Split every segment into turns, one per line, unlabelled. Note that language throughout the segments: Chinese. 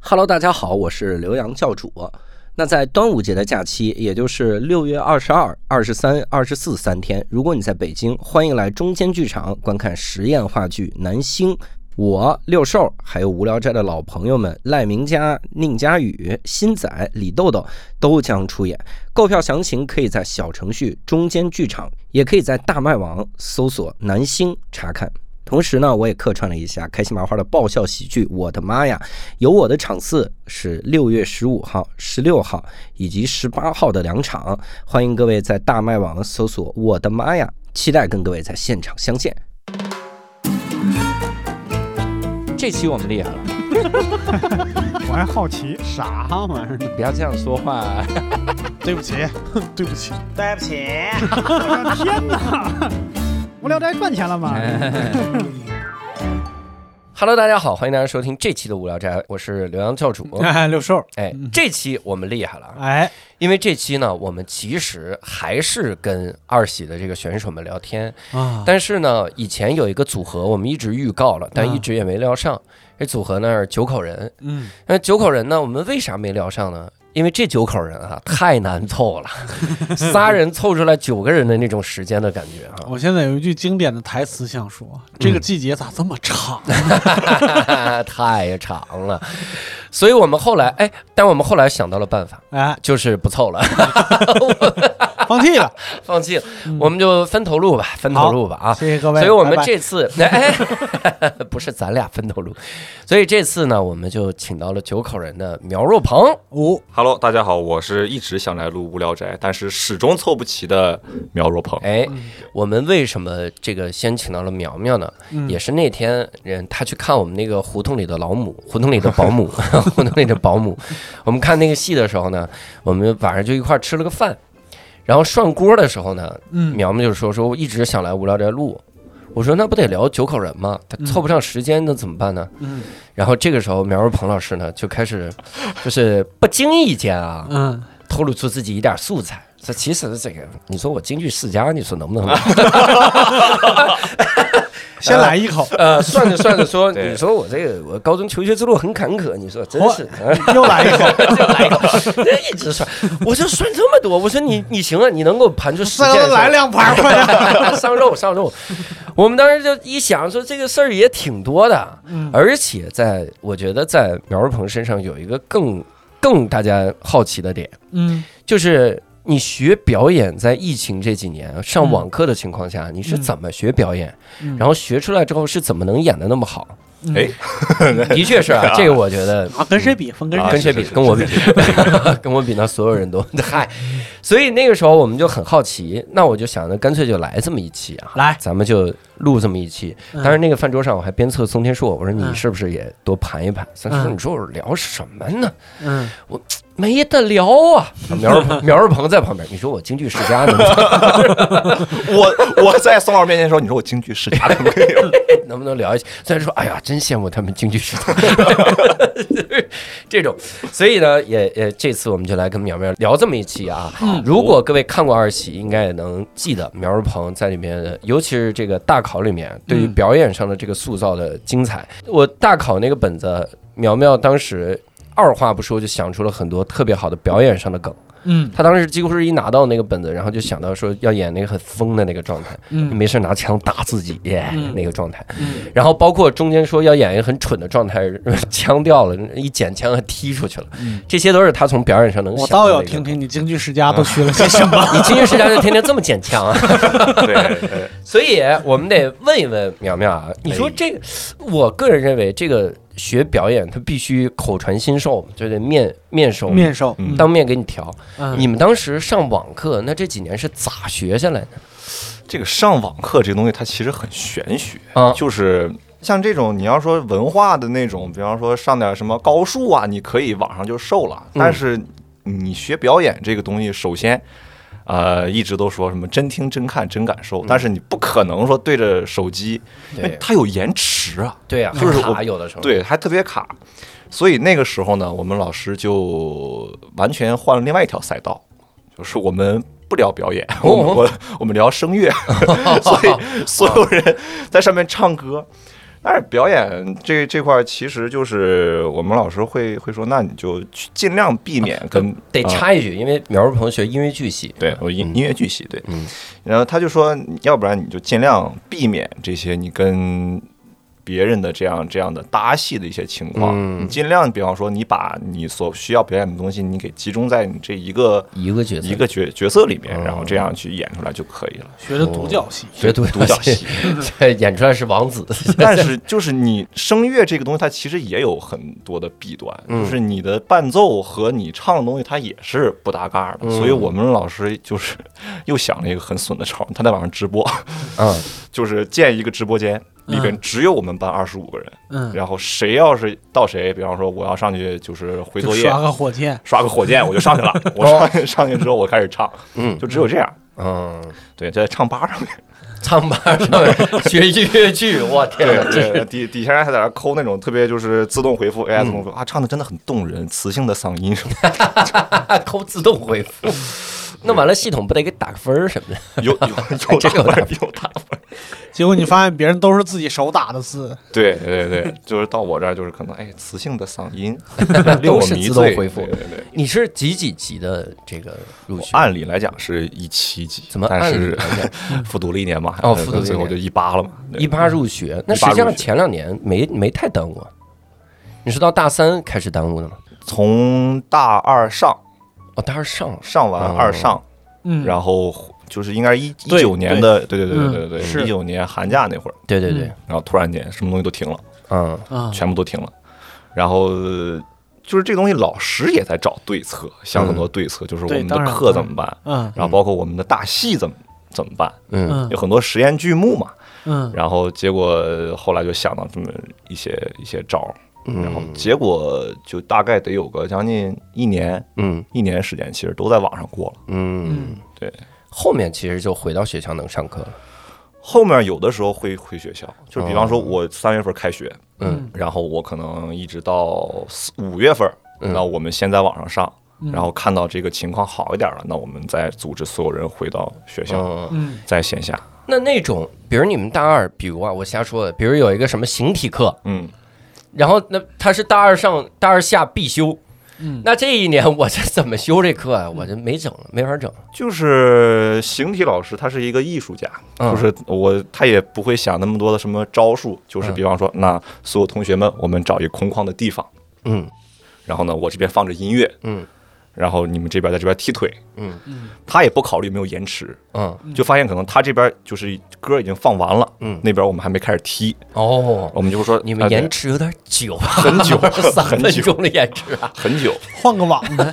Hello，大家好，我是刘洋教主。那在端午节的假期，也就是六月二十二、二十三、二十四三天，如果你在北京，欢迎来中间剧场观看实验话剧《南星》。我六兽，还有无聊斋的老朋友们赖明佳、宁佳宇、新仔、李豆豆都将出演。购票详情可以在小程序中间剧场，也可以在大麦网搜索“南星”查看。同时呢，我也客串了一下开心麻花的爆笑喜剧《我的妈呀》，有我的场次是六月十五号、十六号以及十八号的两场，欢迎各位在大麦网搜索“我的妈呀”，期待跟各位在现场相见。这期我们厉害了，
我还好奇啥玩意儿呢？
不要这样说话。
对不起， 对不起，
对不起，
我的天 哪！无聊斋赚钱了吗？
哎
Hello，大家好，欢迎大家收听这期的《无聊斋》，我是刘洋教主。
哎， 六兽，
哎，这期我们厉害了啊，
哎，
因为这期呢，我们其实还是跟二喜的这个选手们聊天，
啊，
但是呢，以前有一个组合，我们一直预告了，但一直也没聊上。这组合呢是九口人，
嗯，
那九口人呢，我们为啥没聊上呢？因为这九口人啊，太难凑了， 仨人凑出来九个人的那种时间的感觉啊。
我现在有一句经典的台词想说，这个季节咋这么长？
啊 太长了，所以我们后来哎，但我们后来想到了办法，
哎，
就是不凑了，
放弃了，
放弃了，我们就分头录吧，分头录吧啊。
嗯谢谢各位。
所以我们
拜拜
这次 哎，不是咱俩分头录，所以这次呢，我们就请到了九口人的苗若鹏。
五
Hello，大家好，我是一直想来录《无聊斋》，但是始终凑不齐的苗若鹏。
哎，
嗯
我们为什么这个先请到了苗苗呢？
嗯
也是那天人他去看我们那个胡同里的老母， 胡同里的保姆，胡同里的保姆。我们看那个戏的时候呢，我们晚上就一块儿吃了个饭，然后涮锅的时候呢，
嗯，
苗苗就说说我一直想来无聊斋录。我说那不得聊九口人吗？他凑不上时间，那怎么办呢？
嗯
然后这个时候，苗若鹏老师呢就开始，就是不经意间啊，
嗯，
透露出自己一点素材。这其实这个，你说我京剧世家，你说能不能？
先来一口，
呃，算着算着说，
对
你说我这个我高中求学之路很坎坷，你说真是， 啊
又来一口，
又来一个，一直算，我就算这么多，我说你你行啊，你能够盘出十
再
件事儿
来两盘儿吧。
上肉上肉。我们当时就一想说这个事儿也挺多的，而且在我觉得在苗若鹏身上有一个更更大家好奇的点，
嗯，
就是你学表演在疫情这几年上网课的情况下，你是怎么学表演？
嗯
然后学出来之后是怎么能演的那么好？
哎，
的确是 啊，这个我觉得。
啊，跟谁比？分跟
啊
跟
谁？
谁比？
是是
跟我比， 跟我比，那所有人都嗨。所以那个时候我们就很好奇，那我就想着干脆就来这么一期啊，
来
咱们就录这么一期。
嗯
当时那个饭桌上我还鞭策宋天硕，我说你
嗯
是不是也多盘一盘？宋天硕，
嗯
你说我聊什么呢？
嗯，
没得聊啊！苗若鹏，苗若鹏在旁边，你说我京剧世家能不能
我我在宋老师面前说，你说我京剧世家的没有？
能不能聊一下？虽然说，哎呀，真羡慕他们京剧世家 这种，所以呢，也也这次我们就来跟苗苗聊这么一期啊。如果各位看过二喜，应该也能记得苗若鹏在里面的，尤其是这个大考里面对于表演上的这个塑造的精彩。我大考那个本子，苗苗当时。二话不说就想出了很多特别好的表演上的梗。
嗯
他当时几乎是一拿到那个本子，然后就想到说要演那个很疯的那个状态。
嗯
没事拿枪打自己、耶
嗯
那个状态，
嗯
然后包括中间说要演一个很蠢的状态， 枪掉了，一捡枪还踢出去了，
嗯
这些都是他从表演上能
我
想
倒
到
要
的一个
听。听你京剧世家都学 了些什么。
你今天世家就天天这么捡 枪啊，
对，对
所以我们得问一问苗苗
哎
啊，你说这个，我个人认为这个学表演他必须口传心授，就得面面授，
面授，
嗯
当面给你调。
嗯
你们当时上网课，那这几年是咋学下来的
这个上网课这个东西，它其实很玄学，
啊？
就是。像这种你要说文化的那种，比方说上点什么高数啊，你可以网上就授了。但是你学表演这个东西，首先，呃，一直都说什么真听、真看、真感受，但是你不可能说对着手机，哎
对
它有延迟啊。
对呀，
就是
很卡
我
有的时候，
对，还特别卡。所以那个时候呢，我们老师就完全换了另外一条赛道，就是我们不聊表演，我 们我我们聊声乐，所以所有人在上面唱歌。但是表演这这块儿其实就是我们老师会会说，那你就去尽量避免跟
得插一句，因为苗儿朋友学音乐剧系，
对我音音乐剧系对，
嗯
然后他就说，要不然你就尽量避免这些你跟别人的这样这样的搭戏的一些情况，
嗯
你尽量比方说你把你所需要表演的东西，你给集中在你这一个
一个角色
一个角角色里面，
哦
然后这样去演出来就可以了。
学的独角戏，
学独
独角
戏，
戏，
这演出来是王子，
但是就是你声乐这个东西，它其实也有很多的弊端，
嗯
就是你的伴奏和你唱的东西，它也是不搭嘎的。
嗯
所以我们老师就是 又想了一个很损的招儿，他在网上直播，
嗯，
就是建一个直播间，里边
嗯
只有我们班二十五个人，
嗯，
然后谁要是到谁，比方说我要上去就是回
就
作业
刷。个火箭，
刷个火箭我就上去了，我上去上去之后我开始唱，
嗯
就只有这样。
嗯，
对，在唱吧上面，
唱吧上面学音乐剧，我天
对
哪，这
对，底底下人还在那抠那种特别就是自动回复 AI 自动
嗯
回复啊，唱的真的很动人，磁性的嗓 音什么
扣自动回复。那完了，系统不得给打个分儿什么的？
的，有 有有
哎这个有
大
打
分儿有大分儿。
结果你发现别人都是自己手打的字，
对 对对，就是到我这儿就是可能哎，磁性的嗓音令
都
我
是
迷
自动
醉
回复
对对对，
你是几几级的这个入学？
按理来讲是一七级，
怎么
但
按理
是
来讲
复读了一年嘛，
哦
对
复读了一
最后
年
就一八了嘛，对
一八入学，那
一
实
八
际上
入学
前两年没没太耽误啊。你是到大三开始耽误的吗？
从大二上
哦，大二上了
上完
哦
二上，
嗯，
然后就是应该是一一
对
九年的，对对对
嗯
对对对，
是
一九年寒假那会儿，
对对对，
然后突然间什么东西都停了，
嗯，
啊，
全部都停了，然后。呃就是这东西，老师也在找对策，想很多对策，就是我
嗯对
们的
当然
课怎么办，
嗯
然后包括我们的大戏怎么怎么办，
嗯
嗯
有很多实验剧目嘛，
嗯，
然后结果后来就想到这么一些一些招儿，然后结果就大概得有个将近一年，
嗯
一年时间，其实都在网上过了。
嗯，
对，
后面其实就回到学校能上课了。
后面有的时候会回学校，就比方说我三月份开学，
哦嗯
然后我可能一直到四五月份，
嗯
那我们先在网上上，然后看到这个情况好一点了，那我们再组织所有人回到学校，
嗯，
嗯
在线下，
那那种，比如你们大二，比如啊，我瞎说的，比如有一个什么形体课，
嗯，
然后那他是大二上、大二下必修，
嗯，
那这一年我这怎么修这课啊？我这没整了，没法整。
就是形体老师，他是一个艺术家，
嗯
就是我他也不会想那么多的什么招数，就是
嗯
比方说，那所有同学们，我们找一个空旷的地方，
嗯
然后呢，我这边放着音乐，
嗯
然后你们这边在这边踢腿，
嗯
嗯，
他也不考虑有没有延迟，
嗯，
就发现可能他这边就是歌已经放完了，
嗯
那边我们还没开始踢，
哦，
我们就说
你
啊
们
对
延迟有点久，啊
很久
三
很
分
久
钟的延迟啊。
呃 很久，
换个网呗，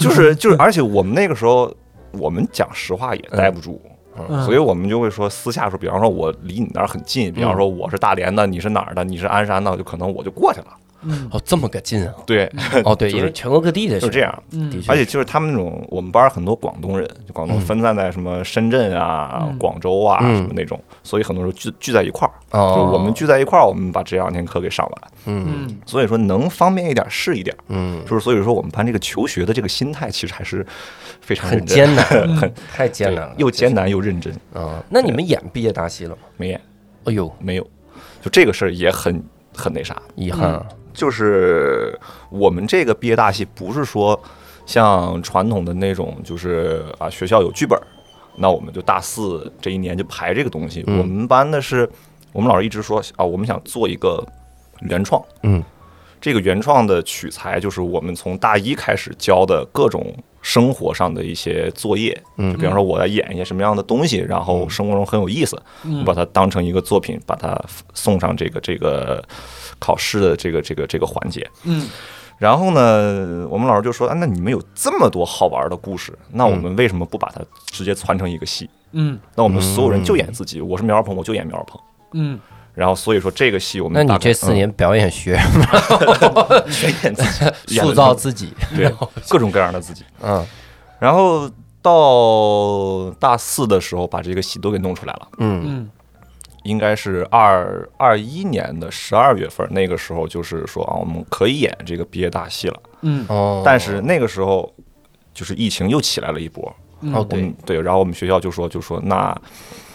就是就是，而且我们那个时候，我们讲实话也待不住。
嗯
所以我们就会说，私下说，比方说我离你那儿很近，比方说我是大连的，你是哪儿的，你是鞍山的，就可能我就过去了。
嗯
哦，这么个近 啊！
对，
哦，对，
就是
因为全国各地的
就是是这，样。
的
嗯
确，
而且就是他们那种，我们班儿很多广东人，就广东分散在什么深圳啊、
嗯
广州啊
嗯
什么那种，所以很多时候聚聚在一块儿。
哦
就我们聚在一块儿，我们把这两天课给上完。
嗯
嗯
所以说能方便一点儿是一点儿，
嗯，
就是所以说我们班这个求学的这个心态其实还是非常
很
认真
艰难， 很太艰难了，
又艰难又认真。
啊。那你们演毕业大戏了吗？
没演
哎呦，
没有，就这个事儿也很很那啥，
遗憾啊。
就是我们这个毕业大戏不是说像传统的那种，就是啊学校有剧本儿，那我们就大四这一年就排这个东西。
嗯
我们班的是，我们老师一直说啊，我们想做一个原创，
嗯，
这个原创的取材就是我们从大一开始教的各种生活上的一些作业，
嗯
就比方说我要演一些什么样的东西，然后生活中很有意思，
嗯
我把它当成一个作品，把它送上这个这个考试的这个这个这个环节。
嗯
然后呢，我们老师就说啊，那你们有这么多好玩的故事，那我们为什么不把它直接传成一个戏？
嗯
那我们所有人就演自己，我是苗二鹏，我就演苗二鹏。
嗯，
然后所以说这个戏我
那
们
你
大概
这四
嗯
年表演学
全 演自己，演
塑
得
造
成
自己，
对各种各样的自己。
嗯
然后到大四的时候，把这个戏都给弄出来了，
嗯
嗯
应该是二二一年的十二月份，那个时候就是说啊，我们可以演这个毕业大戏了。
嗯
哦，
但是那个时候就是疫情又起来了一波，
哦，
我
对
们，对，然后我们学校就说就说那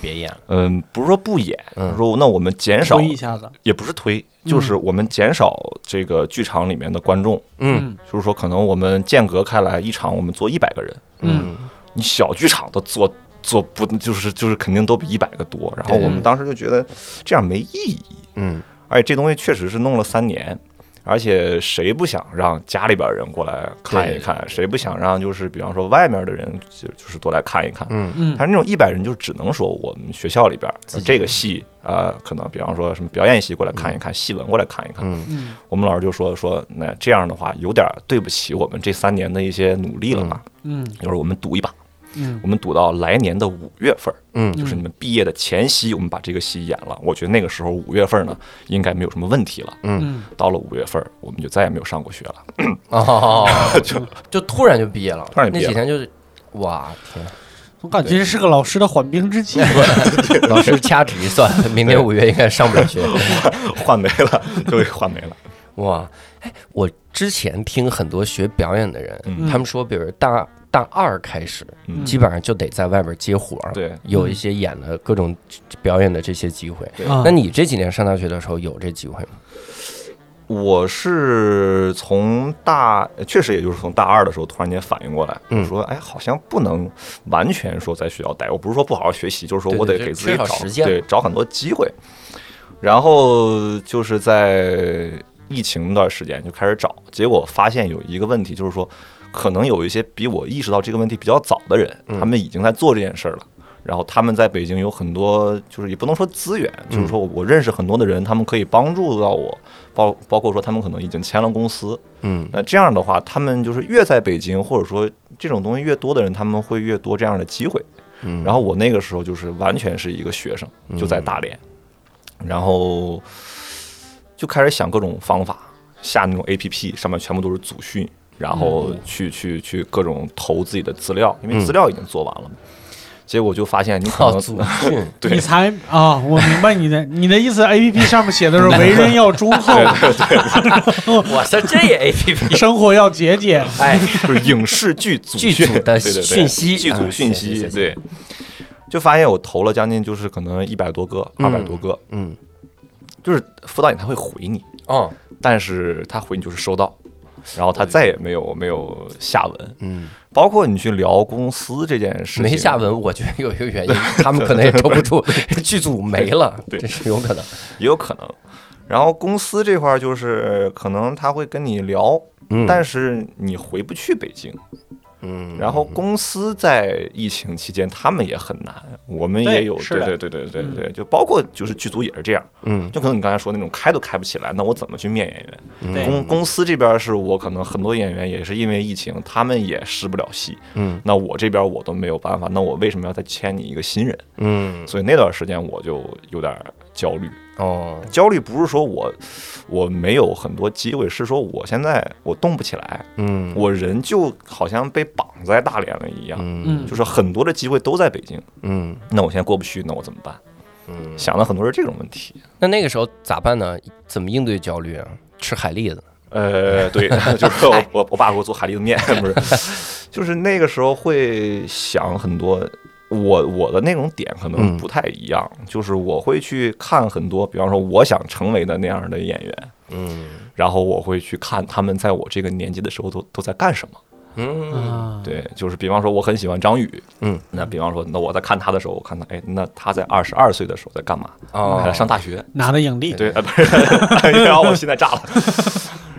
别演了，
嗯，不是说不演，
嗯
说那我们减少
推一下子，
也不是推，就是我们减少这个剧场里面的观众，
嗯
就是说可能我们间隔开来一场我们坐一百个人，
嗯
嗯
你小剧场都坐坐不就是就是肯定都比一百个多，然后
对
我们当时就觉得这样没意义，
嗯，
而且哎这东西确实是弄了三年，而且谁不想让家里边人过来看一看，谁不想让就是比方说外面的人就就是多来看一看，
嗯
嗯
但是那种一百人就只能说我们学校里边儿
自己
这个系啊、呃可能比方说什么表演系过来看一看，戏文过来看一看。
嗯
嗯
我们老师就说说那这样的话有点对不起我们这三年的一些努力了吧，
嗯
就是我们赌一把，
嗯
我们赌到来年的五月份儿，
嗯
就是你们毕业的前夕，我们把这个戏演了。我觉得那个时候五月份呢应该没有什么问题了。
嗯
到了五月份儿，我们就再也没有上过学了。
哦，
就
就突然就毕业了，
突然就毕业
那几天
了
就是，哇天，
我感觉这是个老师的缓兵之计。
老师掐指一算，明年五月应该上不了学，
换没 了，就给换没了。
哇，哎，我之前听很多学表演的人，
嗯
他们说，比如大大二开始，
嗯
基本上就得在外边接活儿，
对，
有一些演的各种表演的这些机会。
对
啊
那你这几年上大学的时候有这机会吗？
我是从大，确实也就是从大二的时候突然间反应过来，
嗯
我说，哎，好像不能完全说在学校待。我不是说不好好学习，就是说
对对
我得
对
给自己
缺
找
少时间
对找很多机会。然后就是在疫情那段时间就开始找，结果发现有一个问题，就是说，可能有一些比我意识到这个问题比较早的人，
嗯
他们已经在做这件事儿了。然后他们在北京有很多，就是也不能说资源，
嗯
就是说我认识很多的人，他们可以帮助到我，包包括说他们可能已经签了公司。
嗯
那这样的话，他们就是越在北京，或者说这种东西越多的人，他们会越多这样的机会。
嗯
然后我那个时候就是完全是一个学生，就在大连，然后就开始想各种方法，下那种 A P P 上面全部都是组训，然后
嗯
去去去各种投自己的资料，因为资料已经做完了嘛。结果就发现你可
靠
能
哦祖 训，
对
你才啊，我明白你的你的意思。A P P 上面写的是为人要忠厚，
哇塞，这也 A P P，
生活要节俭。
哎，
就是影视剧组
剧
训
组的
对对对
讯息
剧组
嗯
讯
谢谢
息，
谢谢
对，就发现我投了将近就是可能一百多个、二百多个，
嗯，
就是辅导员他会回你，
哦，
但是他回你就是收到，然后他再也没有没有下文，
嗯，
包括你去聊公司这件事情，
没下，文，我觉得有一个原因，他们可 能也抽不出，剧组没了，
对
这是有可能。
也有可能。然后公司这块儿就是可能他会跟你聊，
嗯
但是你回不去北京。
嗯，
然后公司在疫情期间，他们也很难，我们也
对
有，
是的嗯
对对对对对对，就包括就是剧组也是这样，
嗯，
就可能你刚才说那种开都开不起来，那我怎么去面演员？
对
公公司这边是我可能很多演员也是因为疫情，他们也试不了戏，
嗯，
那我这边我都没有办法，那我为什么要再签你一个新人？
嗯，
所以那段时间我就有点焦虑，
哦，
焦虑不是说我我没有很多机会，是说我现在我动不起来，
嗯，
我人就好像被绑在大连了一样，
嗯
嗯
就是很多的机会都在北京，
嗯
那我现在过不去，那我怎么办？
嗯，
想了很多是这种问题。
那那个时候咋办呢？怎么应对焦虑啊？吃海蛎子，
呃， 对， 就是我我我爸给我做海蛎子面，不是，就是那个时候会想很多。我我的那种点可能
嗯
不太一样，就是我会去看很多，比方说我想成为的那样的演员，
嗯
然后我会去看他们在我这个年纪的时候都都在干什么。
嗯
啊，
对，就是比方说我很喜欢张宇，
嗯，
那比方说那我在看他的时候，我看他，哎，那他在二十二岁的时候在干嘛？
哦
还在上大学，
拿的影帝，
对，啊，不是， 然后我现在炸了。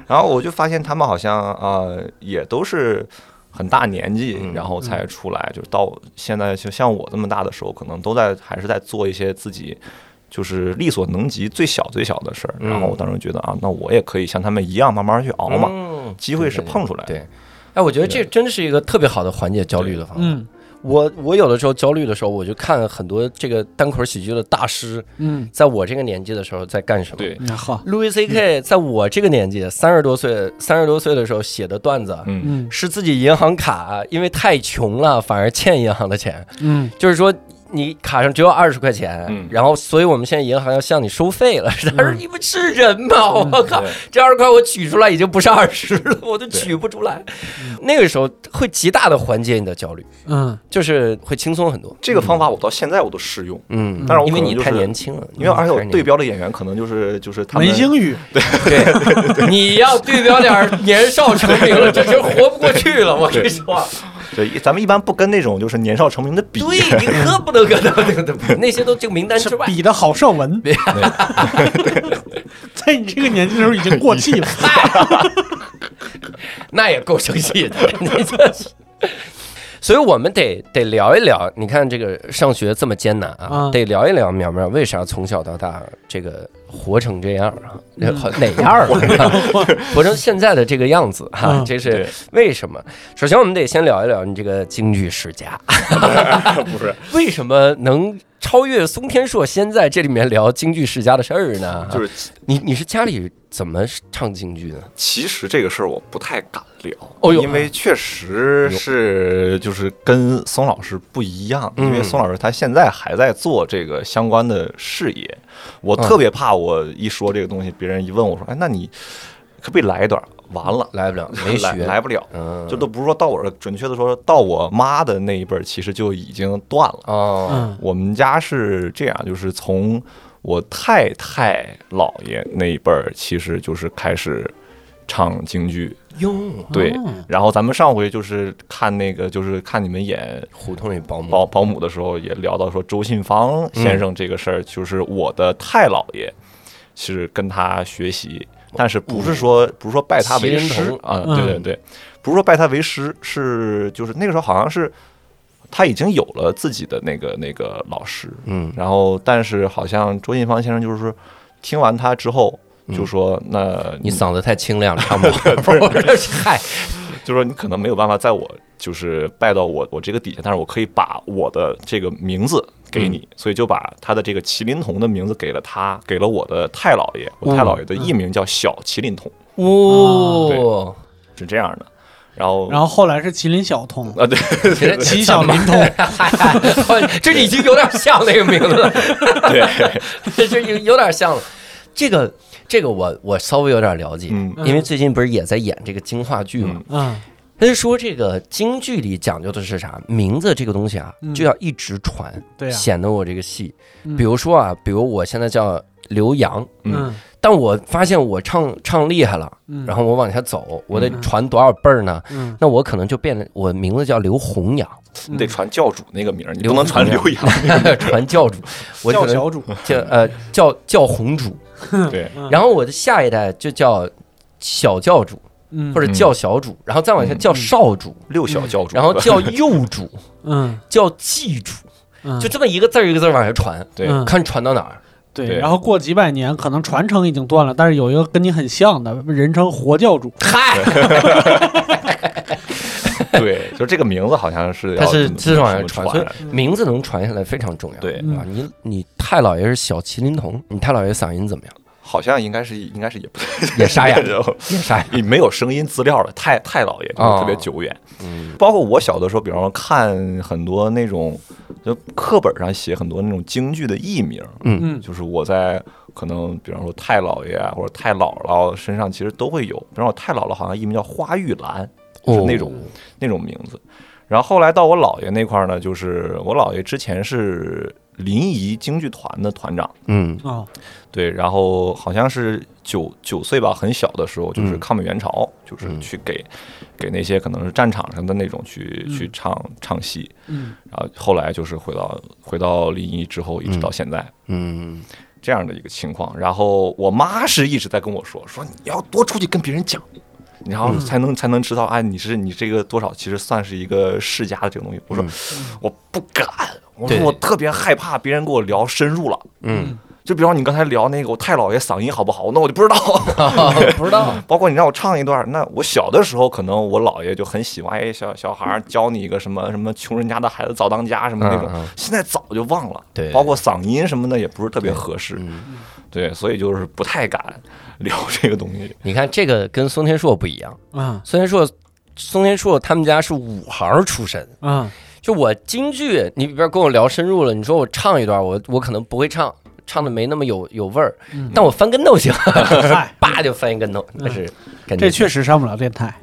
然后我就发现他们好像呃也都是很大年纪，
嗯
然后才出来，就是到现在就像我这么大的时候，可能都在还是在做一些自己就是力所能及最小最小的事儿。
嗯
然后我当时觉得啊，那我也可以像他们一样慢慢去熬嘛，
嘛
机会是碰出来的。
对，哎，我觉得这真是一个特别好的缓解焦虑的方法。
嗯
我我有的时候焦虑的时候，我就看很多这个单口喜剧的大师，
嗯，
在我这个年纪的时候在干什么。
对，
那 好，
，Louis C.K. 在我这个年纪三十多岁，三十多岁的时候写的段子。啊
嗯，
嗯
是自己银行卡，因为太穷了，反而欠银行的钱。
嗯
就是说，你卡上只有二十块钱，
嗯
然后所以我们现在银行要向你收费了。 他说：“你们是人吗？我靠
嗯对，
这二十块我取出来已经不是二十了，我都取不出来。”那个时候会极大的缓解你的焦虑，
嗯，
就是会轻松很多。
这个方法我到现在我都适用，
嗯，
但是我
因为
可能
你
就
太
是
年轻了，
因为而且我
太年
对标的演员可能就是就是他们
文星宇，
对，你要对标点儿年少成名了，这就活不过去了。我跟你说，
对，咱们一般不跟那种就是年少成名的比，
对你可不能跟他们那个比那些都这个名单之
是
外。
比的郝邵文， 在你这个年纪的时候已经过气了。
那也够生气的， 你这是。所以我们得得聊一聊，你看这个上学这么艰难啊，
嗯
得聊一聊淼淼为啥从小到大这个活成这样啊？这好哪样啊？ 活成现在的这个样子哈、
嗯
这是
对
为什么？首先我们得先聊一聊你这个京剧世家，
不是，
为什么能超越松天硕先在这里面聊京剧世家的事儿呢？
就是是
你你是家里怎么唱京剧的？
其实这个事儿我不太敢聊，
哦呦
因为确实是就是跟宋老师不一样，
嗯
因为宋老师他现在还在做这个相关的事业，我特别怕我一说这个东西，别人一问我说，哎，那你可不可以来一段？完了，
来不了，没学
来，来不了。
嗯，
就都不是说到我这儿，准确的说，到我妈的那一辈儿，其实就已经断了。
哦。
嗯
我们家是这样，就是从我太太姥爷那一辈儿，其实就是开始唱京剧。
哟，
对
哦，
然后咱们上回就是看那个，就是看你们演
胡同里保姆，
保保姆的时候，也聊到说周信芳先生这个事儿，就是我的太姥爷是跟他学习，但是不是说不是说拜他为
麒麟
师
童
啊？
嗯
对对对，不是说拜他为师，是就是那个时候好像是他已经有了自己的那个那个老师，
嗯
然后但是好像周信芳先生就是说听完他之后就说那
你嗓子太清亮了，唱不了。嗨，
就说你可能没有办法在我就是拜到我我这个底下，但是我可以把我的这个名字
嗯
给你，所以就把他的这个麒麟童的名字给了他，给了我的太姥爷，我太
嗯
姥爷的艺名叫小麒麟童，
哦，
是这样的。然后
然后后来是麒麟小童，
啊，对
对
齐小灵童，
嗨这已经有点像那个名字了，
对，
这有有点像了。这个这个我我稍微有点了解，
嗯
因为最近不是也在演这个京话剧嘛，
嗯
他就说这个京剧里讲究的是啥？名字这个东西啊，
嗯
就要一直传，
对啊呀
显得我这个戏。
嗯
比如说啊，比如我现在叫刘洋，
嗯
但我发现我唱唱厉害了，
嗯，
然后我往下走，我得
嗯
传多少辈儿呢？
嗯
那我可能就变得我名字叫刘弘洋，
你得传教主那个名儿，你
刘
不能传
洪
刘
洋
洋。
传教主，我可
叫
能
小主，
叫呃叫叫红主，
对，
然后我的下一代就叫小教主
嗯
或者叫小主，然后再往下叫少主，
六小教主，
然后叫幼主，
嗯
叫祭主，
嗯
就这么一个字儿一个字儿往下传，
对
嗯
看传到哪儿。
对，
对
然后过几百年可能传承已经断了，但是有一个跟你很像的人称活教主，
嗨，
对，就这个名字好像是
它
要
是
怎么
这是往下
怎么
传，所
传的，
以名字能传下来非常重要。
对，
啊，你你太姥爷是小麒麟童，你太姥爷嗓音怎么样？
好像应该是应该是也不，
也沙哑
然后
也沙哑。
也没有声音资料了，太太老爷就是特别久远。
嗯
包括我小的时候，比方说看很多那种，就课本上写很多那种京剧的艺名，
嗯
嗯
就是我在可能比方说太姥爷啊或者太姥姥身上其实都会有。比方我太姥姥好像艺名叫花玉兰，就是那种、那种名字。然后后来到我姥爷那块儿呢，就是我姥爷之前是临沂京剧团的团长。
嗯
哦，
对，然后好像是九九岁吧，很小的时候，就是
嗯
抗美援朝，就是
嗯
去给给那些可能是战场上的那种去、
嗯
去唱唱戏，
嗯
然后后来就是回到回到临沂之后，一直到现在。
嗯，
这样的一个情况，然后我妈是一直在跟我说，说你要多出去跟别人讲，然
嗯
后才能才能知道，哎，你是你这个多少，其实算是一个世家的这个东西。我说我不敢，我说
嗯对
我特别害怕别人跟我聊深入了，
嗯，
就比方你刚才聊那个我太姥爷嗓音好不好，那我就不知道。
哦不知道。
包括你让我唱一段，那我小的时候可能我姥爷就很喜欢，哎，小小孩儿教你一个什么什么穷人家的孩子早当家什么那种，
嗯嗯
现在早就忘了。
对
包括嗓音什么的也不是特别合适，
嗯
对，所以就是不太敢聊这个东西。
你看这个跟松天硕不一样，
啊
松天硕，松天硕他们家是武行出身，
啊
就我京剧，你比如跟我聊深入了，你说我唱一段，我我可能不会唱，唱的没那么有有味儿，
嗯
但我翻跟头行，
嗨，
叭就翻一跟头，那是感觉
这确实上不了电台。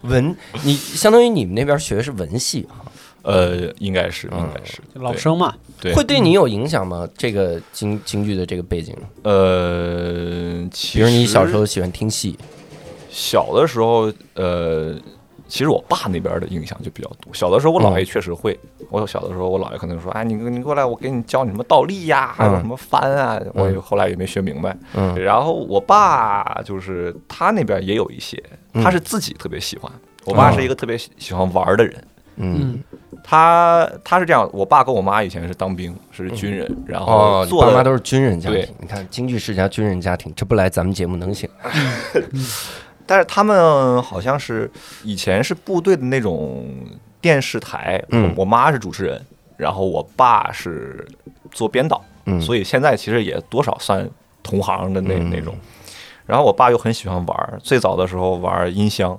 文，你相当于你们那边学的是文戏啊，
呃，应该是，
嗯
应该是
老
对
生嘛，
对
会对你有影响吗？这个京京剧的这个背景，
呃，
比
其
如
实
你小时候喜欢听戏，
小的时候，呃，其实我爸那边的影响就比较多。小的时候，我
嗯
姥爷确实会。我小的时候，我姥爷可能说：“哎，你你过来，我给你教你什么倒立呀，还有
嗯
什么翻啊。”我
嗯
后来也没学明白。
嗯，
然后我爸就是他那边也有一些，
嗯
他是自己特别喜欢。我爸是一个特别喜喜欢玩的人，
嗯，
他他是这样，我爸跟我妈以前是当兵，是军人，然后
哦，你
做
爸
的
妈都是军人家
对
庭，你看京剧世家军人家庭，这不来咱们节目能行？
但是他们好像是以前是部队的那种电视台，
嗯
我妈是主持人，然后我爸是做编导，
嗯，
所以现在其实也多少算同行的那、
嗯
那种。然后我爸又很喜欢玩儿，最早的时候玩音箱，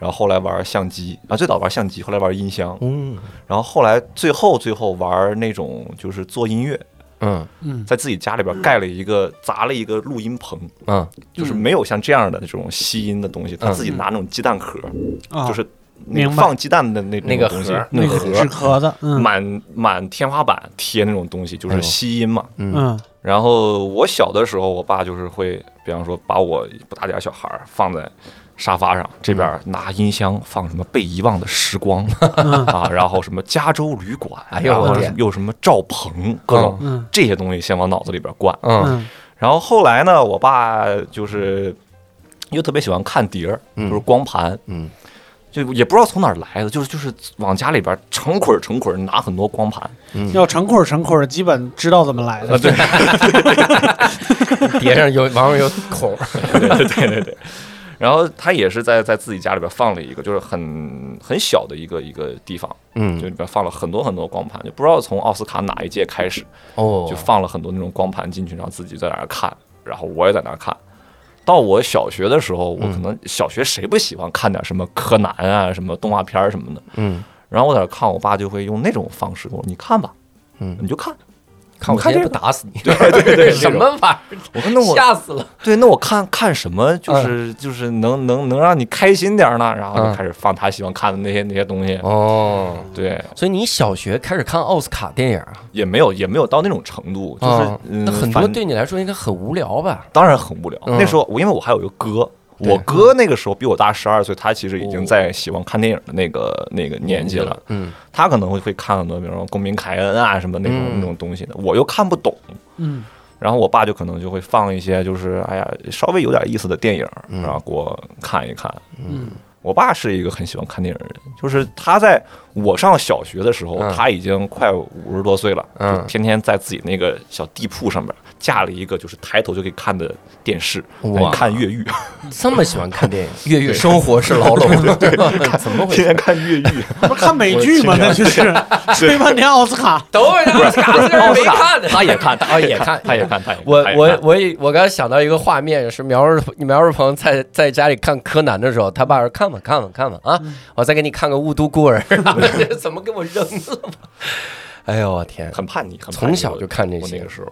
然后后来玩相机啊，最早玩相机，后来玩音箱，
嗯
然后后来最后最后玩那种就是做音乐，
嗯
嗯，
在自己家里边盖了一个砸了一个录音棚，
嗯
就是没有像这样的这种吸音的东西，他
嗯
自己拿那种鸡蛋壳，
啊
就是那个
明白
放鸡蛋的那
那个
种东
盒
西
儿，
那个
盒
纸
儿，
壳子，嗯
满满天花板贴那种东西，就
哎呦
是吸音嘛。
嗯
嗯
然后我小的时候，我爸就是会，比方说把我不大点儿小孩儿放在沙发上，这边儿拿音箱放什么被遗忘的时光
嗯
啊，然后什么加州旅馆，
哎呦
然后
我天
又什么赵鹏，各种
嗯
这些东西先往脑子里边灌。
嗯
嗯
然后后来呢，我爸就是又特别喜欢看碟儿，
嗯
就是光盘，
嗯
就也不知道从哪儿来的，就是就是往家里边成捆儿成捆儿拿很多光盘，
嗯，
要成捆儿成捆儿，基本知道怎么来的。对，
碟上有往上有 孔，
对对对对对。然后他也是在在自己家里边放了一个，就是很很小的一个一个地方，就
嗯
里边放了很多很多光盘，就不知道从奥斯卡哪一届开始，
哦，
就放了很多那种光盘进去，然后自己在那儿看，然后我也在那儿看。到我小学的时候，我
嗯
可能小学谁不喜欢看点什么柯南啊、什么动画片儿什么的，
嗯
然后我在那儿看，我爸就会用那种方式跟我说：“你看吧，
嗯，
你就看。
看我
看
今
这
天
个
不打死你，
对” 对对对，
什么玩意
这种？我说那
儿，
我
吓死了，
对，那我看看什么，就是、就是能能能让你开心点儿呢？然后
嗯
就开始放他喜欢看的那些那些东西。
哦。
对，
所以你小学开始看奥斯卡电影啊，
也没有也没有到那种程度，就是、
啊
嗯
那很多
反
对你来说应该很无聊吧？
当然很无聊。
嗯
那时候我因为我还有一个哥，
对
我哥那个时候比我大十二岁，他其实已经
哦
在喜欢看电影的那个那个年纪了。
嗯，
他可能会会看很多，比如说《公民凯恩》啊什么那种、
嗯
那种东西的，我又看不懂。
嗯
然后我爸就可能就会放一些就是哎呀稍微有点意思的电影，
嗯
然后给我看一看。
嗯
我爸是一个很喜欢看电影的人，就是他在我上小学的时候，
嗯
他已经快五十多岁了，
嗯
就天天在自己那个小地铺上面架了一个就是抬头就可以看的电视，
哇
还看越狱，
这么喜欢看电影，嗯 越狱生活是牢笼，怎么回
天天
事？
看越狱。
呃
那不是看美剧吗？那 就是吹半天奥斯卡。
等会儿奥斯卡虽然没看的，
他也 看，
他啊也看，
他也看，他也看。
我
他也
我
看
我也我刚才想到一个画面，是苗若苗若鹏在在家里看柯南的时候，他爸说：“看吧看吧看吧啊，我再给你看个《雾都 孤儿》，怎么给我扔了吧？”哎呦我天！
很叛逆，很叛
从
逆
小就看这
我
些
那个时候，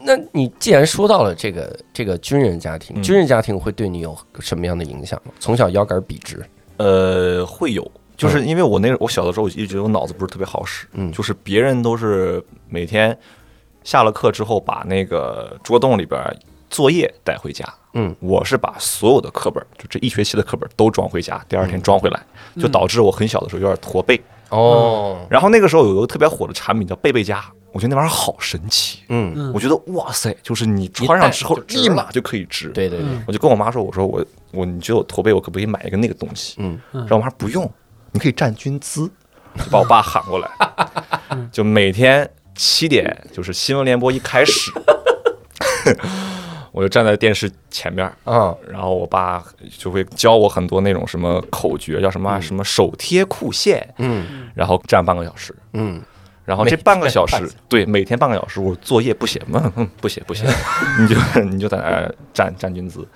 那你既然说到了这个这个军人家庭，
嗯
军人家庭会对你有什么样的影响吗？从小腰杆笔直，
呃，会有，就是因为我那我小的时候一直我脑子不是特别好使，
嗯
就是别人都是每天下了课之后把那个桌洞里边作业带回家，
嗯，
我是把所有的课本，就这一学期的课本都装回家，第二
嗯
天装回来，就导致我很小的时候有点驼背。
哦，
然后那个时候有一个特别火的产品叫贝贝佳，我觉得那玩意儿好神奇，
嗯，
嗯
我觉得哇塞，就是你穿上之后
一戴就直
立
了
马就可以直，
对对对，
我就跟我妈说，我说我我你觉得我驼背，我可不可以买一个那个东西？
嗯，
然后我妈说不用，你可以站军姿，就把我爸喊过来，就每天七点就是新闻联播一开始， 我就站在电视前面。
啊，
然后我爸就会教我很多那种什么口诀，叫什么啊、什么手贴裤线，
嗯
然后站半个小时，
嗯，
然后这半个小时，对，每天半个小
嗯
时，我作业不写吗？嗯不写不写，你就哎你就在那儿站站军姿，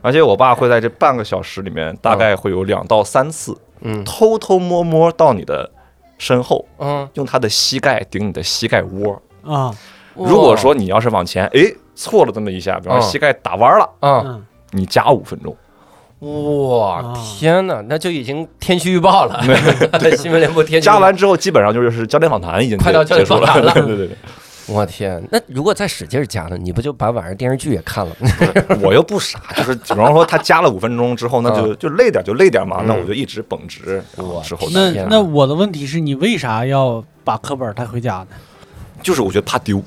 而且我爸会在这半个小时里面，大概会有两到三次，
嗯
偷偷摸摸到你的身后，
嗯，
用他的膝盖顶你的膝盖窝。
啊，
如果说你要是往前，哎，错了这么一下，比方
嗯
说膝盖打弯了，
啊，
嗯，
你加五分钟。嗯
哇，
啊
天哪，那就已经天气预报 了，新闻联播天气预报
加完之后，基本上就是教练访谈已经
快到教练
结束
访谈了
对对对
我天，那如果再使劲儿加呢，你不就把晚上电视剧也看了吗？
对，我又不傻，就是比方说他加了五分钟之后，那就就累点就累点嘛，那我就一直绷直。啊
我
之后
那
天哪啊
那我的问题是你为啥要把课本带回家呢？
就是我觉得怕 丢，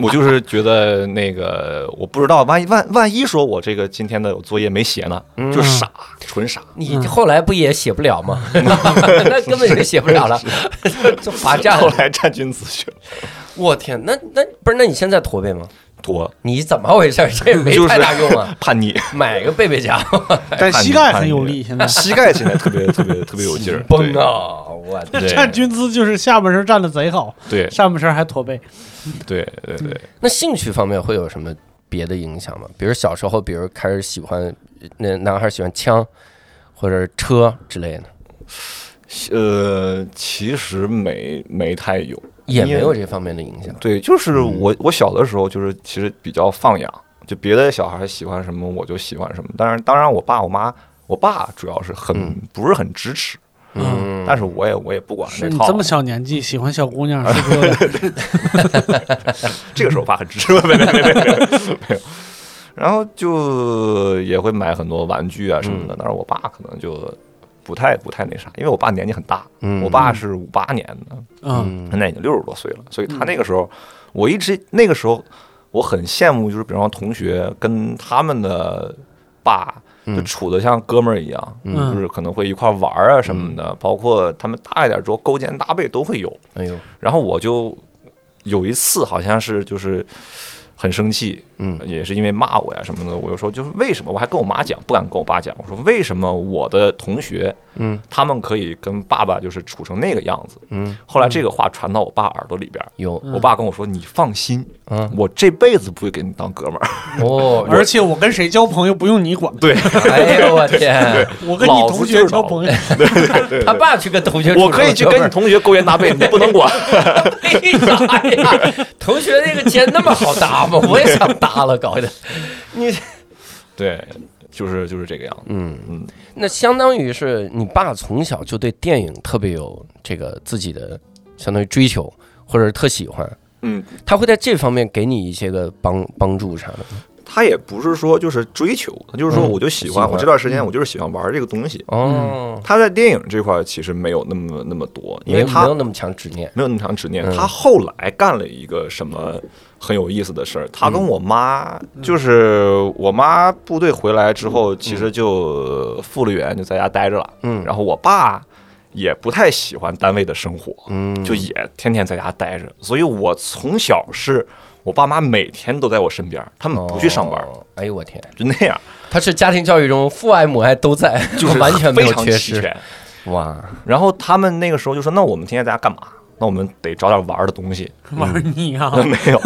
我就是觉得那个我不知道，万一万万一说我这个今天的作业没写呢，就傻，纯傻。
你后来不也写不了 吗？ 那根本就写不了了，就罚站
后
了。
来站军子去 了，
我天，那那不是？那你现在驼背吗？
多
你怎么回事？这也没
就是
太大用啊！
叛 逆，
买个背背夹，哎
但膝盖很有 力，现在
膝盖现在特别特别特别有劲儿，
崩啊！我 天，
对
站军姿就是下半身站的贼好，
对！
上半身还驼背。
对对对对，
那兴趣方面会有什么别的影响吗？比如小时候，比如开始喜欢那男孩喜欢枪或者车之类的，
呃，其实没没太有，
也
因
没
为
有这方面的影响。
对，就是我我小的时候就是其实比较放养，就别的小孩喜欢什么我就喜欢什么。当然，当然我爸我妈，我爸主要是很、
嗯
不是很支持，
嗯，
但是我也我也不管
是
那
你
套。
这么小年纪喜欢小姑娘，是不是有点？
这个时候我 爸很支持，没没没没没有。然后就也会买很多玩具啊什么的，
嗯
但是我爸可能就不太不太那啥，因为我爸年纪很大，
嗯
我爸是五八年的，
嗯
现在已经六十多岁了，所以他那个时候，我一直那个时候我很羡慕，就是比方说同学跟他们的爸就处的像哥们儿一样，
嗯
就是可能会一块儿玩儿啊什么的，包括他们大一点之后勾肩搭背都会有。
哎呦，
然后我就有一次好像是就是很生气，
嗯
也是因为骂我呀什么的，我就说就是为什么我还跟我妈讲，不敢跟我爸讲，我说为什么我的同学
嗯
他们可以跟爸爸就是处成那个样子？
嗯，
后来这个话传到我爸耳朵里边儿，
有
我爸跟我说：“你放心，
嗯
我这辈子不会给你当哥们儿。
哦，
而且我跟谁交朋友不用你管，
对，
哎呦我天，
我跟你同学交朋友，
他爸去跟同学处
我可以去跟你同学勾肩搭背，你不 能管。
哎 呀哎呀，同学那个肩那么好搭吗？我也想搭了，搞 的。你”
对，就是就是这个样子。
嗯
嗯，
那相当于是你爸从小就对电影特别有这个自己的相当于追求，或者是特喜欢，
嗯，
他会在这方面给你一些个帮帮助啥的。
他也不是说就是追求，他就是说
嗯
我就喜欢，
喜欢
我这段时间我就是喜欢玩这个东西。
哦，
他在电影这块其实没有那么那么多，嗯因
没
为
有没
他
有那么强执念。
没有那么强执念
嗯。
他后来干了一个什么很有意思的事儿，他跟我妈，
嗯
就是我妈部队回来之后，其实就复了员，就在家待着了。
嗯
然后我爸也不太喜欢单位的生活，
嗯，
就也天天在家待着，所以我从小是我爸妈每天都在我身边，他们不去上班，
哦。哎呦我天，
就那样，
他是家庭教育中父爱母爱都在，
就是
完全没
非
有
常
缺
齐
失。
全。
哇，
然后他们那个时候就说：“那我们天天在家干嘛？那我们得找点玩儿的东西。”
玩你啊！
没有，